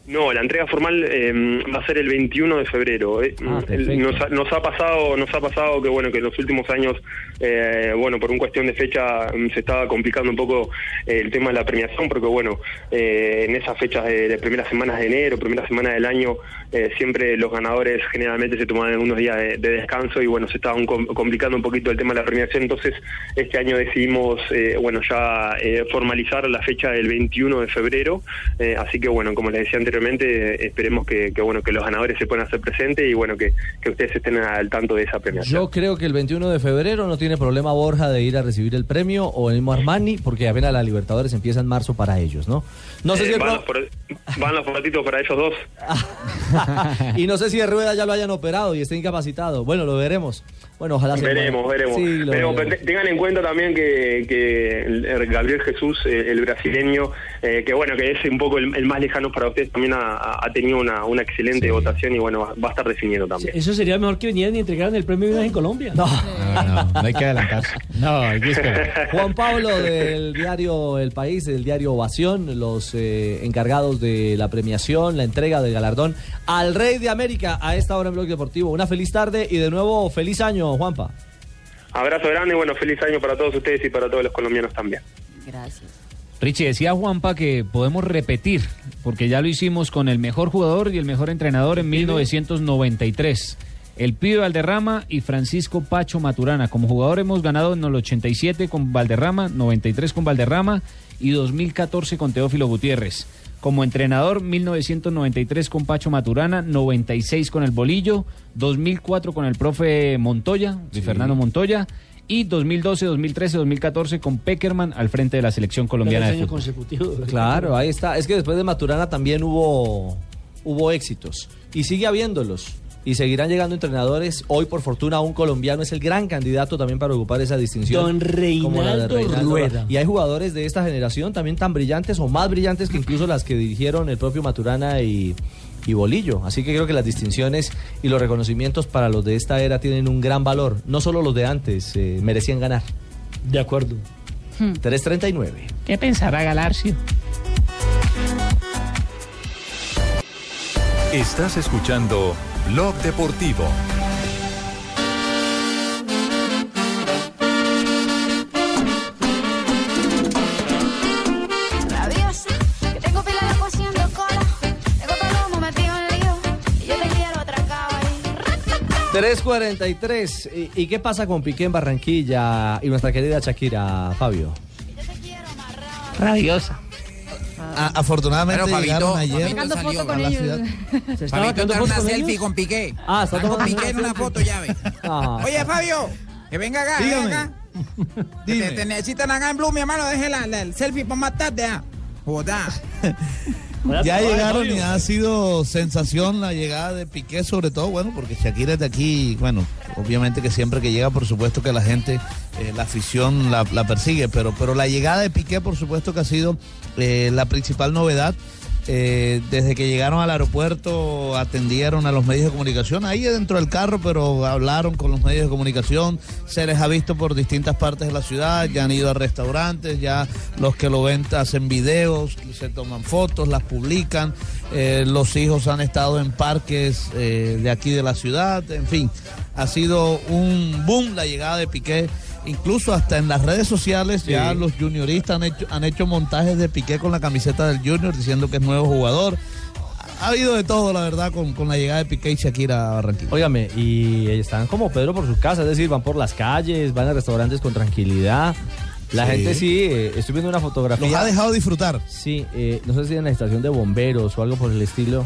Speaker 22: No, la entrega formal eh, va a ser el 21 de febrero. Eh,
Speaker 1: perfecto.
Speaker 22: nos, ha, nos ha pasado, nos ha pasado que bueno que en los últimos años, eh, bueno por un cuestión de fecha mm, se estaba complicando un poco eh, el tema de la premiación, porque bueno eh, en esas fechas de, de primeras semanas de enero, primeras semanas del año, eh, siempre los ganadores generalmente se tomaban unos días de, de descanso y bueno se estaban com- complicando un poquito el tema de la premiación. Entonces este año decidimos eh, bueno ya eh, formalizar la fecha del 21 de febrero. Eh, así que bueno, como les decía anteriormente, eh, esperemos que, que, bueno que los ganadores se puedan hacer presentes y bueno que, que ustedes estén al tanto de esa premiación.
Speaker 5: Yo creo que el 21 de febrero no tiene problema Borja de ir a recibir el premio o el mismo Armani, porque apenas la Libertadores empieza en marzo para ellos, ¿no? No sé
Speaker 22: Eh,
Speaker 5: si el
Speaker 22: van,
Speaker 5: pro-
Speaker 22: los, por- van los foratitos para ellos dos.
Speaker 5: y no sé si de Rueda ya lo hayan operado y esté incapacitado. Bueno, lo veremos. Bueno, ojalá se
Speaker 22: Veremos,
Speaker 5: pueda.
Speaker 22: veremos.
Speaker 5: Sí, lo
Speaker 22: Pero
Speaker 5: veremos.
Speaker 22: te- tengan en cuenta también que, que el- Gabriel Jesús, eh, el brasileño, eh, que bueno, que es un poco el, el más lejano para ustedes, también ha, ha tenido una, una excelente votación y bueno, va, va a estar definiendo también.
Speaker 7: Eso sería mejor que vinieran y entregaran el premio de viaje en Colombia. No,
Speaker 22: no hay que adelantarse.
Speaker 5: No, Juan Pablo del diario El País, del diario Ovación, los eh, encargados de la premiación, la entrega del galardón al Rey de América a esta hora en Blog Deportivo. Una feliz tarde y de nuevo feliz año, Juanpa.
Speaker 22: Abrazo grande y bueno, feliz año para todos ustedes y para todos los colombianos también.
Speaker 6: Gracias.
Speaker 18: Richie, decía Juanpa que podemos repetir, porque ya lo hicimos con el mejor jugador y el mejor entrenador en 1993. El Pibe Valderrama y Francisco Pacho Maturana. Como jugador hemos ganado en el 87 con Valderrama, 93 con Valderrama y 2014 con Teófilo Gutiérrez. Como entrenador, 1993 con Pacho Maturana, 96 con el Bolillo, 2004 con el profe Montoya, Luis Fernando Montoya, y 2012, 2013, 2014 con Peckerman al frente de la selección colombiana de fútbol.
Speaker 5: Claro, ahí está. Es que después de Maturana también hubo, hubo éxitos y sigue habiéndolos. Y seguirán llegando entrenadores. Hoy, por fortuna, un colombiano es el gran candidato también para ocupar esa distinción.
Speaker 7: Don
Speaker 5: como la de
Speaker 7: Reinaldo Rueda.
Speaker 5: Y hay jugadores de esta generación también tan brillantes o más brillantes que incluso las que dirigieron el propio Maturana y, y Bolillo. Así que creo que las distinciones y los reconocimientos para los de esta era tienen un gran valor. No solo los de antes eh, merecían ganar.
Speaker 7: De acuerdo.
Speaker 5: 339.
Speaker 21: ¿Qué pensará Galarcio?
Speaker 15: Estás escuchando Blog Deportivo.
Speaker 4: Rabiosa, que tengo pila de cociendo cola. Tengo palomo metido en lío. Y yo te quiero atracar ahí.
Speaker 5: 343. ¿Y, ¿Y qué pasa con Piqué en Barranquilla y nuestra querida Shakira, Fabio?
Speaker 10: Radiosa. afortunadamente
Speaker 5: Bueno, Fabito,
Speaker 10: llegaron ayer
Speaker 5: Fabito
Speaker 10: salió
Speaker 4: foto con
Speaker 10: a la
Speaker 4: ellos.
Speaker 10: ciudad.
Speaker 5: Se
Speaker 10: estaba
Speaker 8: Fabito está
Speaker 10: sacando
Speaker 8: en una
Speaker 10: fotos con
Speaker 8: selfie
Speaker 10: ellos.
Speaker 8: con Piqué.
Speaker 5: Ah, está
Speaker 8: con
Speaker 5: tomando
Speaker 8: Piqué en una foto, ya ve.
Speaker 10: Ah.
Speaker 5: Ah.
Speaker 8: Oye, Fabio, que venga acá, venga
Speaker 17: Dígame.
Speaker 8: acá. Que Te, te necesitan acá en Blue, mi hermano, deje la, la- el selfie para más tarde, ah. Joda.
Speaker 10: Ya llegaron y ha sido sensación la llegada de Piqué, sobre todo, bueno, porque Shakira es de aquí, y, bueno, obviamente que siempre que llega, por supuesto que la gente, eh, la afición la, la persigue, pero, pero la llegada de Piqué, por supuesto que ha sido eh, la principal novedad. Eh, desde que llegaron al aeropuerto atendieron a los medios de comunicación, ahí dentro del carro, pero hablaron con los medios de comunicación, se les ha visto por distintas partes de la ciudad, ya han ido a restaurantes, ya los que lo ven hacen videos, se toman fotos, las publican, eh, los hijos han estado en parques eh, de aquí de la ciudad, en fin, ha sido un boom la llegada de Piqué. Incluso hasta en las redes sociales ya los junioristas han hecho, han hecho montajes de Piqué con la camiseta del Junior diciendo que es nuevo jugador. Ha habido de todo, la verdad, con, con la llegada de Piqué y Shakira a Barranquilla.
Speaker 5: Óigame, y están como Pedro por sus casas, es decir, van por las calles, van a restaurantes con tranquilidad. La
Speaker 10: Sí.
Speaker 5: gente sí, eh, estoy viendo una fotografía.
Speaker 10: Los ha dejado disfrutar.
Speaker 5: Sí, eh, no sé si en la estación de bomberos o algo por el estilo,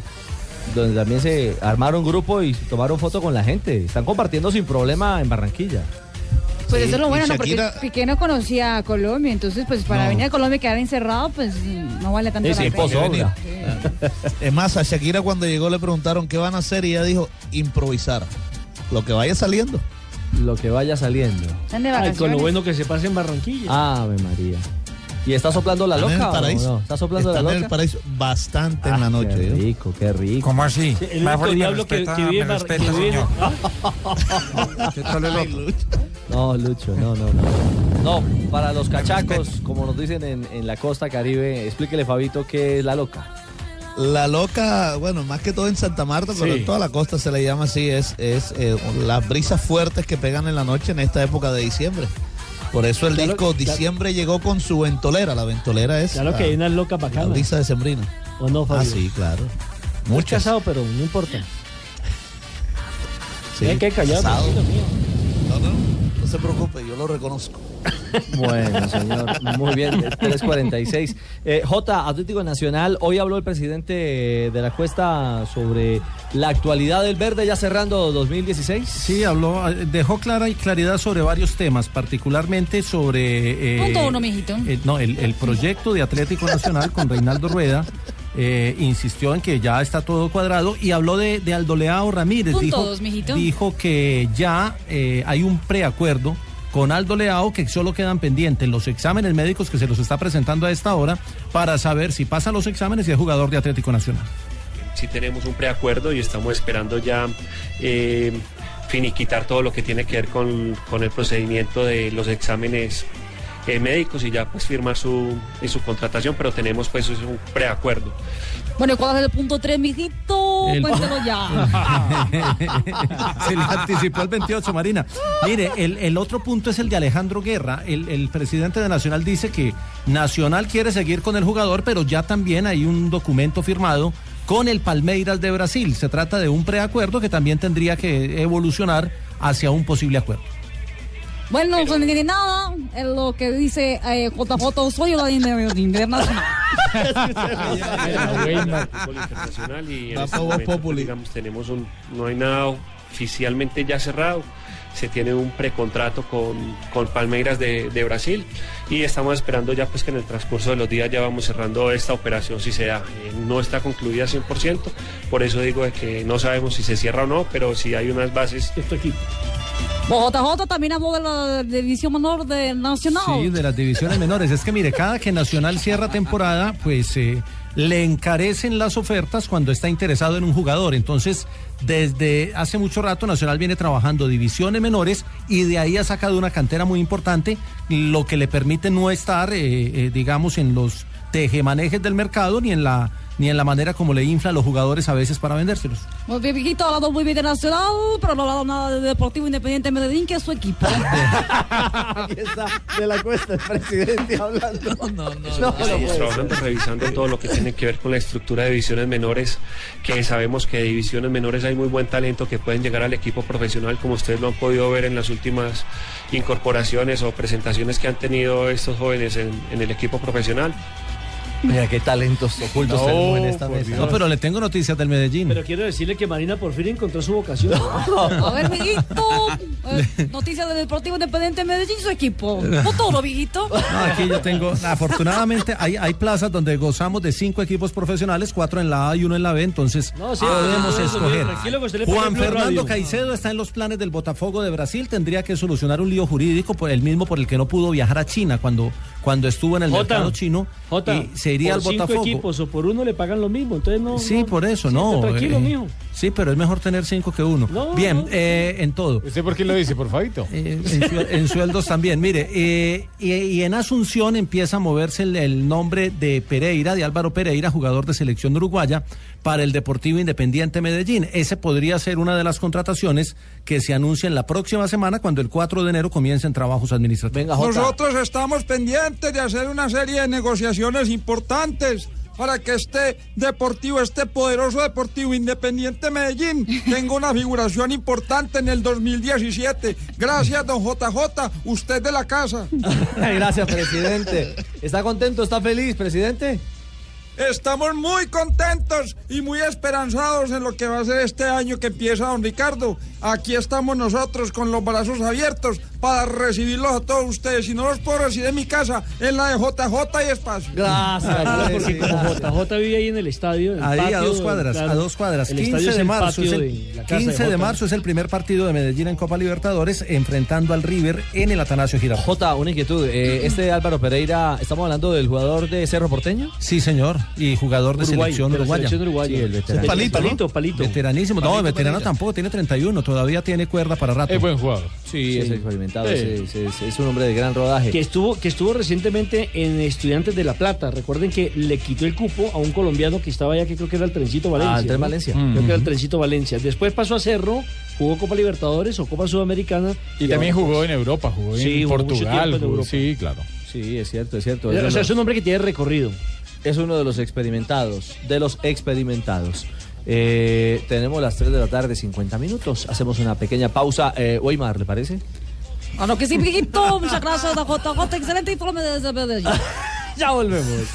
Speaker 5: donde también se armaron grupo y se tomaron foto con la gente. Están compartiendo sin problema en Barranquilla.
Speaker 6: Pues eso es lo
Speaker 5: Y
Speaker 6: bueno, ¿no?
Speaker 5: Shakira-
Speaker 6: Porque Piqué no conocía a Colombia, entonces pues para
Speaker 10: No.
Speaker 6: venir a Colombia y quedar encerrado, pues no vale tanto
Speaker 10: Sí,
Speaker 6: la
Speaker 10: sí,
Speaker 6: pena.
Speaker 10: porque venía. Es más, a Shakira cuando llegó le preguntaron qué van a hacer y ella dijo improvisar. Lo que vaya saliendo.
Speaker 5: Lo que vaya saliendo.
Speaker 6: Están de
Speaker 7: Ay,
Speaker 6: vacaciones.
Speaker 7: con lo bueno que se pasa en Barranquilla.
Speaker 10: Ah.
Speaker 5: Ave María. ¿Y está soplando la
Speaker 10: Están
Speaker 5: loca?
Speaker 10: en el
Speaker 5: o
Speaker 10: paraíso.
Speaker 5: no? ¿Está soplando la
Speaker 10: Están
Speaker 5: loca? Ah,
Speaker 10: en el paraíso bastante en la noche.
Speaker 5: Qué
Speaker 10: ¿eh?
Speaker 5: rico, qué rico.
Speaker 10: ¿Cómo así?
Speaker 7: Sí, el único diablo que, que vive en Bar- que vive-
Speaker 10: Ay, Lucho.
Speaker 5: No, Lucho, no, no, no. No, para los cachacos, como nos dicen en, en la costa caribe, explíquele, Fabito, qué es la loca.
Speaker 10: La loca, bueno, más que todo en Santa Marta, pero
Speaker 1: Sí.
Speaker 10: en toda la costa se le llama así, es, es eh, las brisas fuertes que pegan en la noche en esta época de diciembre. Por eso el
Speaker 7: Ya lo-
Speaker 10: disco
Speaker 7: ya-
Speaker 10: Diciembre llegó con su ventolera. La ventolera es
Speaker 7: Claro que
Speaker 10: la-
Speaker 7: hay unas locas
Speaker 10: la
Speaker 7: bacanas.
Speaker 10: brisa de Sembrina.
Speaker 7: ¿O no,
Speaker 10: Ah,
Speaker 7: Fabio?
Speaker 10: sí, claro.
Speaker 7: Muy casado, pero no importa.
Speaker 10: Sí,
Speaker 7: Hay que callar,
Speaker 10: casado.
Speaker 7: tranquilo,
Speaker 10: No, no, no se preocupe, yo lo reconozco.
Speaker 5: Bueno, señor, muy bien, 346. Eh, J, Atlético Nacional, hoy habló el presidente de la cuesta sobre la actualidad del verde, ya cerrando 2016.
Speaker 13: Sí, habló, eh, dejó clara y claridad sobre varios temas, particularmente sobre... eh,
Speaker 6: Punto uno, mijito.
Speaker 13: eh, no, el, el proyecto de Atlético Nacional con Reinaldo Rueda. eh, insistió en que ya está todo cuadrado y habló de, de Aldoleao Ramírez.
Speaker 6: Punto
Speaker 13: dijo,
Speaker 6: dos, mijito.
Speaker 13: dijo que ya eh, hay un preacuerdo con Aldo Leao que solo quedan pendientes los exámenes médicos que se los está presentando a esta hora para saber si pasa los exámenes y es jugador de Atlético Nacional.
Speaker 23: sí tenemos un preacuerdo y estamos esperando ya eh, finiquitar todo lo que tiene que ver con, con el procedimiento de los exámenes eh, médicos y ya pues firmar su, y su contratación, pero tenemos pues un preacuerdo.
Speaker 6: Bueno, ¿y ¿cuál es el punto 3, mijito?
Speaker 13: El-
Speaker 6: Cuéntelo ya.
Speaker 13: Se le anticipó el 28, Marina. Mire, el, el otro punto es el de Alejandro Guerra. El, el presidente de Nacional dice que Nacional quiere seguir con el jugador, pero ya también hay un documento firmado con el Palmeiras de Brasil. Se trata de un preacuerdo que también tendría que evolucionar hacia un posible acuerdo.
Speaker 6: Bueno, pues no tiene nada. Es lo que dice eh, JJ soy la internacional.
Speaker 23: fútbol internacional y en
Speaker 10: Va
Speaker 23: este
Speaker 10: Voz
Speaker 23: momento, pues,
Speaker 10: Populi.
Speaker 23: digamos, tenemos un, no hay nada oficialmente ya cerrado. Se tiene un precontrato con, con Palmeiras de, de Brasil y estamos esperando ya pues que en el transcurso de los días ya vamos cerrando esta operación si se da. Eh, no está concluida 100%, por eso digo de que no sabemos si se cierra o no, pero si hay unas bases.
Speaker 6: Pues JJ también habló de la división menor de Nacional.
Speaker 13: Sí, de las divisiones menores. Es que mire, cada que Nacional cierra temporada, pues eh, le encarecen las ofertas cuando está interesado en un jugador. Entonces, desde hace mucho rato Nacional viene trabajando divisiones menores y de ahí ha sacado una cantera muy importante, lo que le permite no estar, eh, eh, digamos, en los tejemanejes del mercado ni en la ni en la manera como le infla a los jugadores a veces para vendérselos.
Speaker 6: Muy bien, mijito, ha hablado muy bien de Nacional, pero no ha hablado nada de Deportivo Independiente de Medellín, que es su equipo.
Speaker 1: Aquí está de la cuesta el presidente hablando. No, no,
Speaker 23: Estamos trabajando, revisando todo lo que tiene que ver con la estructura de divisiones menores, que sabemos que de divisiones menores hay muy buen talento que pueden llegar al equipo profesional, como ustedes lo han podido ver en las últimas incorporaciones o presentaciones que han tenido estos jóvenes en, en el equipo profesional.
Speaker 5: Mira qué talentos ocultos
Speaker 23: No,
Speaker 5: tenemos en esta
Speaker 23: por
Speaker 5: mesa.
Speaker 13: No, pero le tengo noticias del Medellín.
Speaker 7: Pero quiero decirle que Marina por fin encontró su vocación.
Speaker 6: A ver, mijito. eh, noticias de Deportivo Independiente de Medellín, su equipo. Futuro, mijito.
Speaker 13: No, aquí yo tengo. Afortunadamente hay, hay plazas donde gozamos de cinco equipos profesionales, cuatro en la A y uno en la B, entonces
Speaker 7: No, sí,
Speaker 13: podemos
Speaker 7: eso,
Speaker 13: escoger.
Speaker 7: tranquilo, que usted le pone
Speaker 13: Juan
Speaker 7: en Blue
Speaker 13: Fernando
Speaker 7: Radio.
Speaker 13: Caicedo está en los planes del Botafogo de Brasil. Tendría que solucionar un lío jurídico por el mismo por el que no pudo viajar a China cuando, cuando estuvo en el
Speaker 7: Jota,
Speaker 13: mercado chino.
Speaker 7: Jota,
Speaker 13: y se iría
Speaker 7: por
Speaker 13: al
Speaker 7: cinco
Speaker 13: Botafogo.
Speaker 7: equipos o por uno le pagan lo mismo, entonces no.
Speaker 13: Sí,
Speaker 7: no-
Speaker 13: por eso,
Speaker 7: siente
Speaker 13: no.
Speaker 7: Tranquilo,
Speaker 13: eh,
Speaker 7: mijo.
Speaker 13: Sí, pero es mejor tener cinco que uno. Bien, eh, en todo. ¿Usted por qué lo dice, por Fabito? en, suel- en sueldos también. Mire, eh, y, y en Asunción empieza a moverse el, el nombre de Pereira, de Álvaro Pereira, jugador de selección uruguaya, para el Deportivo Independiente Medellín. Ese podría ser una de las contrataciones que se anuncian la próxima semana, cuando el 4 de enero comiencen trabajos administrativos.
Speaker 17: Nosotros estamos pendientes de hacer una serie de negociaciones importantes para que este deportivo, este poderoso deportivo independiente Medellín, tenga una figuración importante en el 2017. Gracias, don JJ, usted de la casa.
Speaker 5: Gracias, presidente. ¿Está contento? ¿Está feliz, presidente?
Speaker 17: Estamos muy contentos y muy esperanzados en lo que va a ser este año que empieza don Ricardo. Aquí estamos nosotros con los brazos abiertos para recibirlos a todos ustedes. Si no los puedo recibir en mi casa, en la de JJ y Espacio.
Speaker 7: Claro, Ah, porque como JJ vive ahí en el estadio. el
Speaker 13: Ahí a
Speaker 7: patio,
Speaker 13: dos cuadras,
Speaker 7: claro,
Speaker 13: a dos cuadras.
Speaker 7: el
Speaker 13: 15
Speaker 7: estadio es
Speaker 13: de
Speaker 7: el
Speaker 13: marzo es
Speaker 7: patio
Speaker 13: el,
Speaker 7: de la casa
Speaker 13: 15 de
Speaker 7: Jota.
Speaker 13: marzo es el primer partido de Medellín en Copa Libertadores enfrentando al River en el Atanasio Girardot. Mm-hmm.
Speaker 5: Jota, una inquietud. eh, este Álvaro Pereira, ¿estamos hablando del jugador de Cerro Porteño?
Speaker 13: Sí, señor, y jugador de
Speaker 5: Uruguay,
Speaker 13: selección
Speaker 5: de la
Speaker 13: uruguaya.
Speaker 5: selección uruguaya.
Speaker 13: Sí, el veterano.
Speaker 5: Palito, ¿no?
Speaker 13: Veteranísimo. no,
Speaker 5: Palito
Speaker 13: veterano
Speaker 5: Pereira.
Speaker 13: tampoco, tiene 31, todavía tiene cuerda para rato.
Speaker 5: Es buen jugador. Sí, es experimentado,
Speaker 13: Sí.
Speaker 5: es, es- es un hombre de gran rodaje.
Speaker 7: Que estuvo, que estuvo recientemente en Estudiantes de La Plata. Recuerden que le quitó el cupo a un colombiano que estaba allá, que creo que era el Trencito Valencia.
Speaker 5: Ah, el Tren
Speaker 7: ¿no?
Speaker 5: Valencia.
Speaker 7: Creo que era el
Speaker 5: Ujú.
Speaker 7: Trencito Valencia. Después pasó a Cerro, jugó Copa Libertadores o Copa Sudamericana.
Speaker 11: Y también
Speaker 7: ahora,
Speaker 11: jugó
Speaker 7: pues,
Speaker 11: en Europa, jugó
Speaker 7: Sí,
Speaker 11: en
Speaker 7: jugó mucho
Speaker 11: Portugal.
Speaker 7: tiempo en
Speaker 11: jugó-
Speaker 7: Europa.
Speaker 11: sí, claro.
Speaker 5: Sí, es cierto, es cierto.
Speaker 7: O sea, es un
Speaker 5: hombre que tiene recorrido. Es uno de los experimentados, de los experimentados. Eh, tenemos las 3 de la tarde, 50 minutos. Hacemos una pequeña pausa. Eh, Weimar, ¿le parece?
Speaker 6: A lo Ah, que sí, Pijito, muchas gracias, JJ. Excelente informe desde Medellín.
Speaker 5: Ya volvemos.